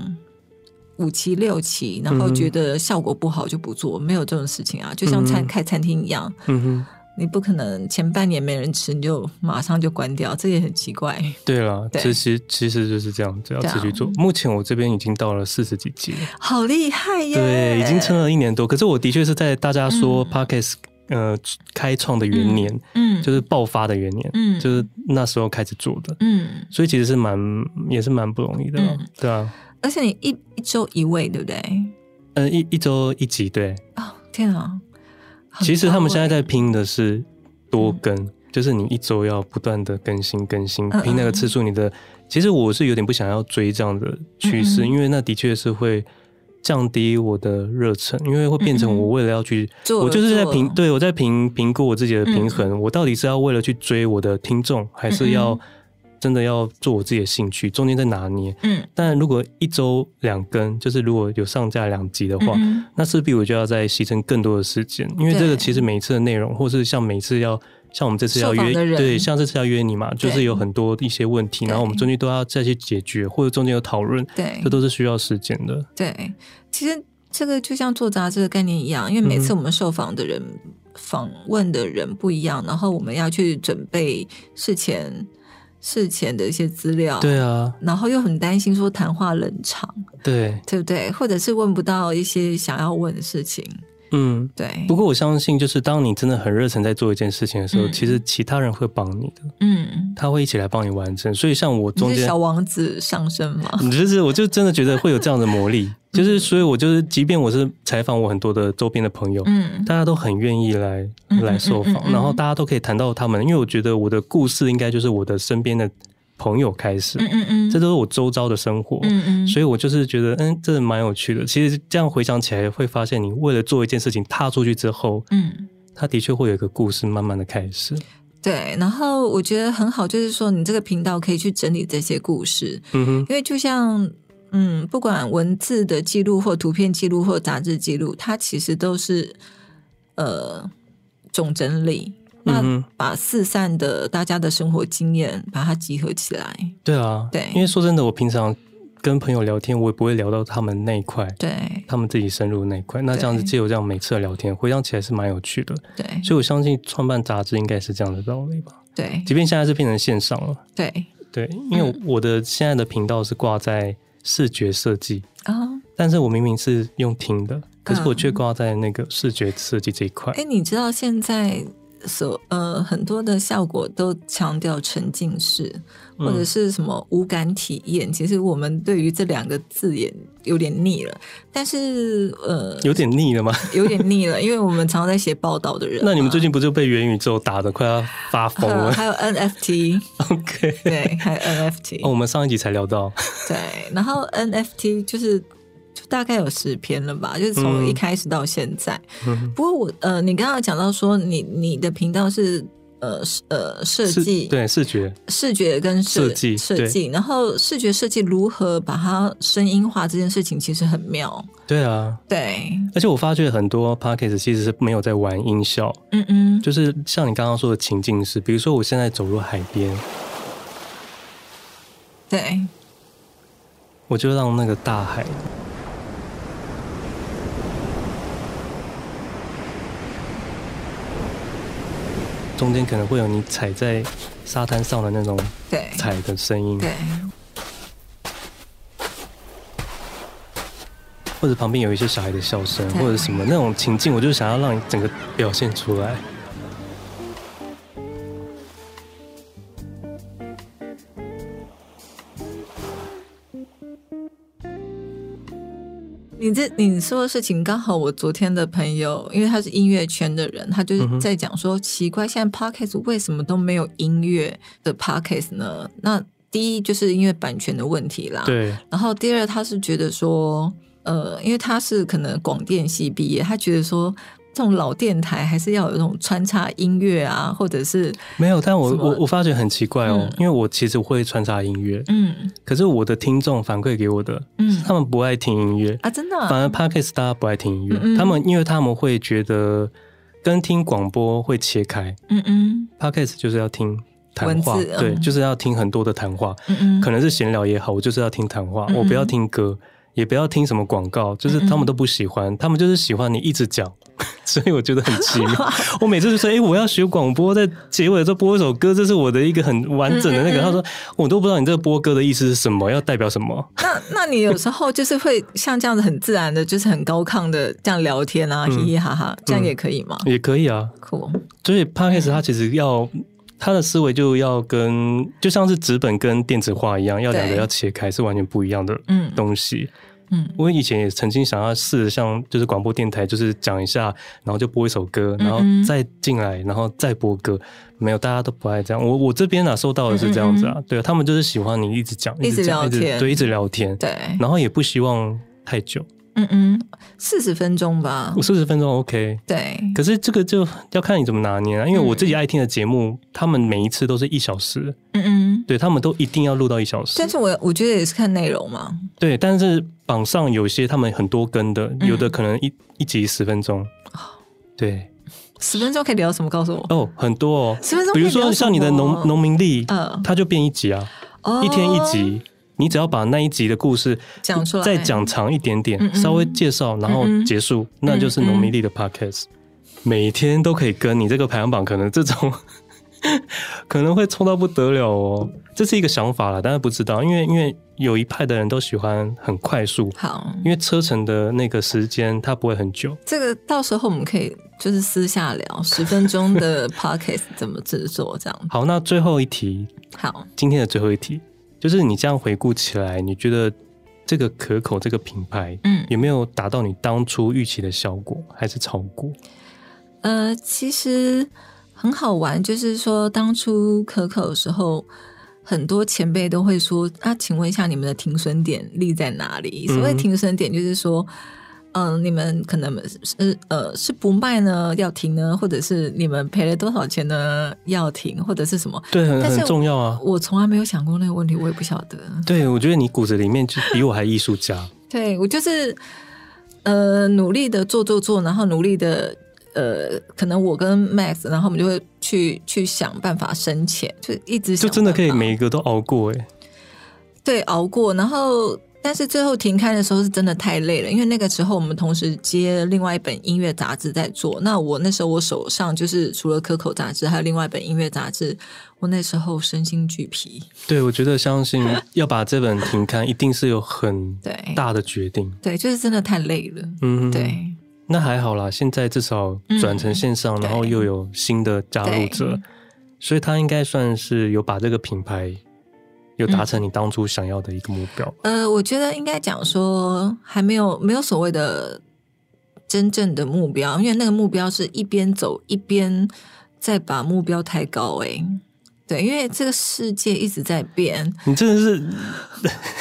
S3: 五期六期，然
S1: 嗯
S3: 后觉得效果不好就不做，没有这种事情啊。就像餐
S1: 嗯
S3: 开餐厅一样，
S1: 嗯哼，
S3: 你不可能前半年没人吃你就马上就关掉，这也很奇怪。
S1: 对了，
S3: 对
S1: 其实其实就是这样，只要
S3: 对啊
S1: 持续做。目前我这边已经到了四十几集了，
S3: 好厉害耶！
S1: 对，已经撑了一年多。可是我的确是在大家说
S3: 嗯
S1: Pockets、呃开创的元年，
S3: 嗯，
S1: 就是爆发的元年，
S3: 嗯
S1: 就是那时候开始做的，
S3: 嗯，
S1: 所以其实是蛮也是蛮不容易的啦，
S3: 嗯
S1: 对啊，
S3: 而且你一一周一位，对不对？
S1: 嗯、一一周一集，对。
S3: 哦，天啊！很欸嗯
S1: 其实他们现在在
S3: 高
S1: 拼的是多更，就是你一周要不断的更新更新，
S3: 嗯
S1: 拼那个次数。你的其实我是有点不想要追这样的趋势，
S3: 嗯嗯
S1: 因为那的确是会。降低我的热忱，因为会变成
S3: 嗯嗯
S1: 我为了要去，
S3: 做
S1: 我就是在评，
S3: 做
S1: 对我在评评估我自己的平衡，我到底是要为了去追我的听众，还
S3: 嗯
S1: 是
S3: 嗯
S1: 要真的要做我自己的兴趣，中间在拿捏。
S3: 欸嗯
S1: 但如果一周两更，就是如果有上架两集的话，
S3: 嗯
S1: 那势必我就要再牺牲更多的时间，因为
S3: 对
S1: 这个其实每一次的内容，或是像每次要像我们这次要
S3: 受访
S1: 约
S3: 的人
S1: 对，像这次要约你嘛，就是有很多一些问题，
S3: 对
S1: 然后我们中间都要再去解决，或者中间有讨论，
S3: 对哦
S1: 这都是需要时间的。
S3: 对，其实这个就像做杂志的概念一样，因为每次
S1: 嗯
S3: 我们受访的人、访问的人不一样，然后我们要去准备事前事前的一些资料，
S1: 对啊，
S3: 然后又很担心说谈话冷场，
S1: 对，
S3: 对不对？或者是问不到一些想要问的事情，
S1: 嗯。
S3: 对，
S1: 不过我相信，就是当你真的很热忱在做一件事情的时候，
S3: 嗯
S1: 其实其他人会帮你的，
S3: 嗯，
S1: 他会一起来帮你完成。所以像我中
S3: 你是
S1: 间
S3: 小王子上身吗？
S1: 你就是，我就真的觉得会有这样的魔力，就是，所以我就是，即便我是采访我很多的周边的朋友，
S3: 嗯
S1: 大家都很愿意来
S3: 嗯
S1: 来受访
S3: 嗯嗯，嗯
S1: 然后大家都可以谈到他们，因为我觉得我的故事应该就是我的身边的朋友开始，
S3: 嗯嗯嗯，
S1: 这都是我周遭的生活，
S3: 嗯嗯，
S1: 所以我就是觉得，嗯，这蛮有趣的。其实这样回想起来，会发现你为了做一件事情踏出去之后，
S3: 嗯。
S1: 它的确会有一个故事慢慢的开始。
S3: 对，然后我觉得很好，就是说你这个频道可以去整理这些故事，
S1: 嗯哼，
S3: 因为就像嗯，不管文字的记录或图片记录或杂志记录，它其实都是呃总整理。那
S1: 嗯哼
S3: 把四散的大家的生活经验把它集合起来，
S1: 对啊，
S3: 对
S1: 因为说真的，我平常跟朋友聊天，我也不会聊到他们那一块。
S3: 对
S1: 他们自己深入那一块，那这样子
S3: 对
S1: 借由这样每次的聊天，回想起来是蛮有趣的。
S3: 对
S1: 所以我相信创办杂志应该是这样的道理吧。
S3: 对
S1: 即便现在是变成线上了，
S3: 对
S1: 对，因为我的现在的频道是挂在视觉设计，
S3: 啊！
S1: 但是我明明是用听的，可是我
S3: 嗯
S1: 却挂在那个视觉设计这一块。
S3: 哎，你知道现在所呃很多的效果都强调沉浸式或
S1: 嗯
S3: 者是什么无感体验，其实我们对于这两个字也有点腻了，但是呃
S1: 有点腻 了吗？
S3: 有点腻了，因为我们常常在写报道的人嘛。
S1: 那你们最近不就被元宇宙打的快要发疯
S3: 呃
S1: 了
S3: 还有 NFT，
S1: ？OK，
S3: 对，还有
S1: 哦，我
S3: NFT，
S1: 们上一集才聊到，
S3: 对，然后 NFT 就是就大概有十篇了吧，就是从
S1: 嗯
S3: 一开始到现在。
S1: 嗯
S3: 不过我呃，你刚刚有讲到说你你的频道是呃是呃设
S1: 视
S3: 计
S1: 对视觉，
S3: 视觉跟设
S1: 设计
S3: 设
S1: 对
S3: 计，然后视觉设计如何把它声音化这件事情其实很妙，
S1: 对啊。
S3: 对，
S1: 而且我发觉很多 p a c k a g e 其实是没有在玩音效，
S3: 嗯嗯，
S1: 就是像你刚刚说的情境是，比如说我现在走入海边，
S3: 对，
S1: 我就让那个大海中间可能会有你踩在沙滩上的那种
S3: 对，
S1: 踩的声音，
S3: 对，
S1: 或者旁边有一些小孩的笑声，
S3: 对
S1: 或者什么那种情境，我就想要让你整个表现出来。
S3: 你这你说的事情刚好，我昨天的朋友，因为他是音乐圈的人，他
S1: 嗯
S3: 就是在讲说，奇怪，现在 podcast 为什么都没有音乐的 podcast 呢？那第一就是因为版权的问题啦，。
S1: 对，
S3: 然后第二，他是觉得说，呃，因为他是可能广电系毕业，他觉得说。这种老电台还是要有那种穿插音乐啊，或者是
S1: 没有，但我
S3: 什么
S1: 我我发觉很奇怪哦，
S3: 嗯
S1: 因为我其实会穿插音乐，
S3: 嗯
S1: 可是我的听众反馈给我的，
S3: 嗯
S1: 他们不爱听音乐，
S3: 啊，真的
S1: 反
S3: 啊、
S1: 而 podcast 大家不爱听音乐，
S3: 嗯嗯
S1: 他们因为他们会觉得跟听广播会切开
S3: 嗯嗯
S1: ，podcast 就是要听谈话，
S3: 文字嗯
S1: 对，就是要听很多的谈话，
S3: 嗯嗯，
S1: 可能是闲聊也好，我就是要听谈话，
S3: 嗯嗯嗯
S1: 我不要听歌，也不要听什么广告，就是他们都不喜欢，他们就是喜欢你一直讲， 所以我觉得很 奇妙。我每次就说，哎、我要学广播，在结尾的时候播一首歌，这是我的一个很完整
S3: 嗯
S1: 的那个。他说，我都不知道你这个播歌的意思是什么，要代表什么。
S3: 那那你有时候就是会像这样子很自然的，就是很高亢的这样聊天
S1: 嗯
S3: 啊，嘻嘻哈哈，这样也可以吗？
S1: 也可以啊，
S3: 酷，
S1: 所
S3: 嗯
S1: 以 podcast 它其实要它的思维就要跟就像是纸本跟电子化一样，要两个
S3: 对
S1: 要切开，是完全不一样的
S3: 嗯
S1: 东西。
S3: 嗯
S1: 我以前也曾经想要试着像就是广播电台，就是讲一下，然后就播一首歌，
S3: 嗯
S1: 然后再进来，然后再播歌。没有，大家都不爱这样。我我这边啊，收到的是这样子啊，对他们就是喜欢你一直讲，
S3: 嗯一直
S1: 讲
S3: 聊天
S1: 对，一直聊天，
S3: 对，
S1: 然后也不希望太久，
S3: 嗯嗯，四十分钟吧
S1: 我，四十分钟 OK，
S3: 对，
S1: 可是这个就要看你怎么拿捏啊，因为
S3: 嗯
S1: 我自己爱听的节目，他们每一次都是一小时，
S3: 嗯嗯。
S1: 对他们都一定要录到一小时
S3: 但。是我我觉得也是看内容嘛，
S1: 对，但是榜上有些他们很多更的，
S3: 嗯
S1: 有的可能一一集十分钟。对
S3: 十分钟可以聊什么？告诉我。
S1: 哦，很多哦，
S3: 十分钟可
S1: 比
S3: 以
S1: 如
S3: 聊什么
S1: 说像你的农农民历，
S3: 嗯
S1: 它就变一集啊，一天一集。你只要把那一集的故事
S3: 哦讲出来
S1: 再讲长一点点，
S3: 嗯嗯
S1: 稍微介绍，然后结束，那就是农民力的 podcast。每天都可以跟你这个排行榜，可能这种 可能会冲到不得了哦。这是一个想法啦，但是不知道，因为因为有一派的人都喜欢很快速，
S3: 哦好，
S1: 因为车程的那个时间它不会很久。
S3: 这个到时候我们可以就是私下聊十分钟的 podcast 怎么制作这样。
S1: 好，那最后一题，
S3: 好，
S1: 今天的最后一题，就是你这样回顾起来，你觉得这个可口这个品牌，
S3: 嗯
S1: 有没有达到你当初预期的效果，还是超过？
S3: 呃，其实很好玩，就是说当初可口的时候。很多前辈都会说啊，请问一下你们的停损点立在哪里？所谓
S1: 嗯
S3: 停损点，就是说，嗯、你们可能是呃是不卖呢，要停呢，或者是你们赔了多少钱呢，要停，或者是什么？
S1: 对，很
S3: 但是
S1: 很重要啊。
S3: 我从来没有想过那个问题，我也不晓得。
S1: 对，我觉得你骨子里面就比我还艺术 家。
S3: 对我就是呃努力的做做做，然后努力的呃，可能我跟 Max，然后我们就会去去想办法生钱，就一直
S1: 就
S3: 想
S1: 真的可以
S3: 办法
S1: 每一个都熬过哎、
S3: 对熬过，然后。但是最后停刊的时候是真的太累了，因为那个时候我们同时接另外一本音乐杂志在做。那我那时候我手上就是除了可口杂志，还有另外一本音乐杂志。我那时候身心俱疲，
S1: 对，我觉得相信要把这本停刊，一定是有很
S3: 对
S1: 大的决定。
S3: 对，就是真的太累了。
S1: 嗯，，
S3: 对，嗯
S1: 那还好啦，现在至少转成线上，
S3: 对
S1: 然后又有新的加入者
S3: 对，
S1: 所以他应该算是有把这个品牌有
S3: 嗯
S1: 达成你当初想要的一个目标。
S3: 呃，我觉得应该讲说还没有没有所谓的真正的目标，因为那个目标是一边走一边再把目标抬高、欸。对，因为这个世界一直在变，
S1: 你真的是，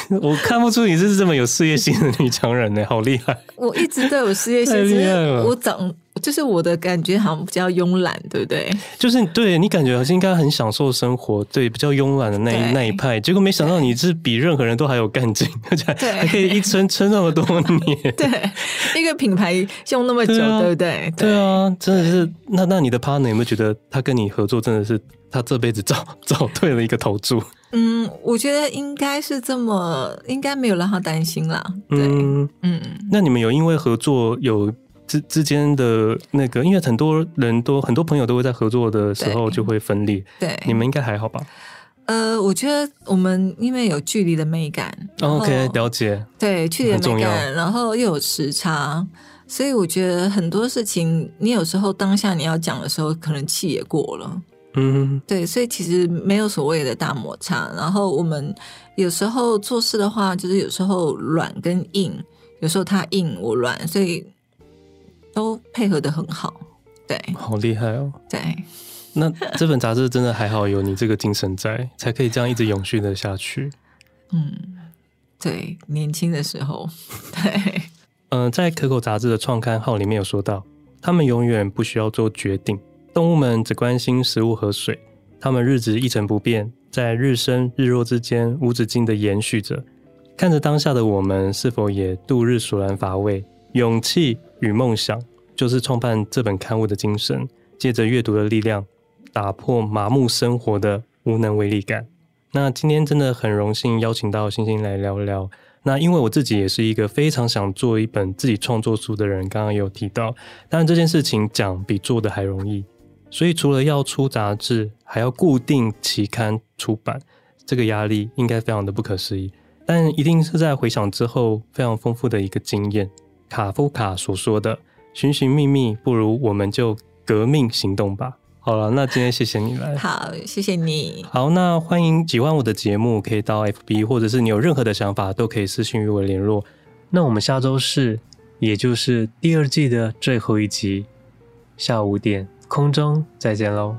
S1: 我看不出你是这么有事业心的女强人呢、好 厉害！
S3: 我一直都有 事业心，
S1: 太
S3: 只
S1: 厉害
S3: 是
S1: 了
S3: 我长就是我的感觉好像比较慵懒，对不对？
S1: 就是对你感觉好像应该很享受生活，对比较慵懒的那一
S3: 对
S1: 那一派，结果没想到你是比任何人都还有干劲， 而且
S3: 对
S1: 还可以一撑撑那么多 年。
S3: 对，一个品牌用那么久，
S1: 对
S3: 对,、
S1: 啊
S3: 不对？
S1: 对啊，真的是那那你的 partner 有没有觉得他跟你合作真的是他这辈子 找找对了一个投注？
S3: 嗯，我觉得应该是这么，应该没有让他担心啦。对，
S1: 嗯，
S3: 嗯
S1: 那你们有因为合作有之之间的那个，因为很多人都很多朋友都会在合作的时候
S3: 对
S1: 就会分裂，
S3: 对，
S1: 你们应该还好吧
S3: 呃，我觉得我们因为有距离的美感然后
S1: 哦？OK，了解。
S3: 对距离
S1: 很
S3: 的
S1: 重
S3: 美
S1: 要
S3: 感，然后又有时差，所以我觉得很多事情，你有时候当下你要讲的时候，可能气也过了。
S1: 嗯，
S3: 对，所以其实没有所谓的大摩擦。然后我们有时候做事的话，就是有时候软跟硬，有时候他硬我软，所以都配合的很好。对
S1: 好厉害哦。
S3: 对，
S1: 那这本杂志真的还好有你这个精神在，才可以这样一直永续的下去。
S3: 嗯，对，年轻的时候， 对，
S1: 嗯、在可口杂志的创刊号里面有说到，他们永远不需要做决定，动物们只关心食物和水，他们日子一成不变，在日升日落之间无止境的延续着。看着当下的我们，是否也度日索然乏味？勇气与梦想，就是创办这本刊物的精神。借着阅读的力量，打破麻木生活的无能为力感。那今天真的很荣幸邀请到星星来聊聊那因为我自己也是一个非常想做一本自己创作书的人，刚刚有提到，当然这件事情讲比做的还容易，所以除了要出杂志，还要固定期刊出版，这个压力应该非常的不可思议。但一定是在回想之后非常丰富的一个经验。卡夫卡所说的“寻寻觅觅”，不如我们就革命行动吧。好了，那今天谢谢你来。
S3: 好，谢谢你。
S1: 好，那欢迎喜欢我的节目，可以到 FB，或者是你有任何的想法，都可以私信与我联络。
S5: 那我们下周四，也就是第二季的最后一集，下午五点空中再见喽。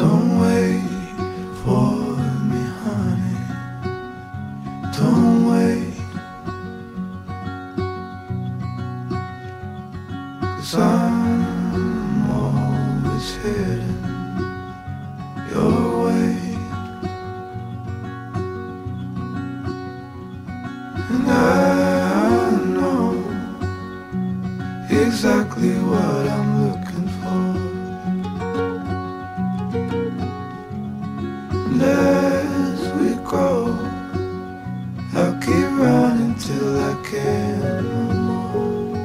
S2: Don't wait for me, honey. Don't wait. Cause I'm always heading your way. And I know exactly what I'm looking for. And as we grow, I'll keep running till I can no more.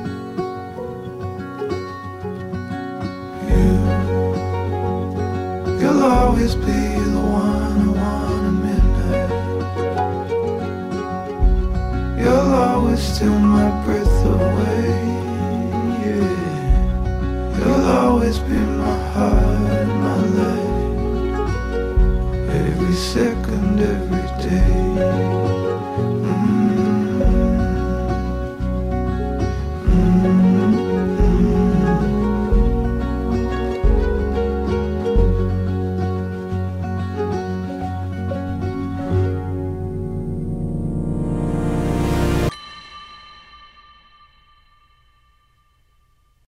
S2: You, you'll always be the one I want at midnight. You'll always steal my breath away. Yeah, you'll always be my heart, my life every second, every day. Mm.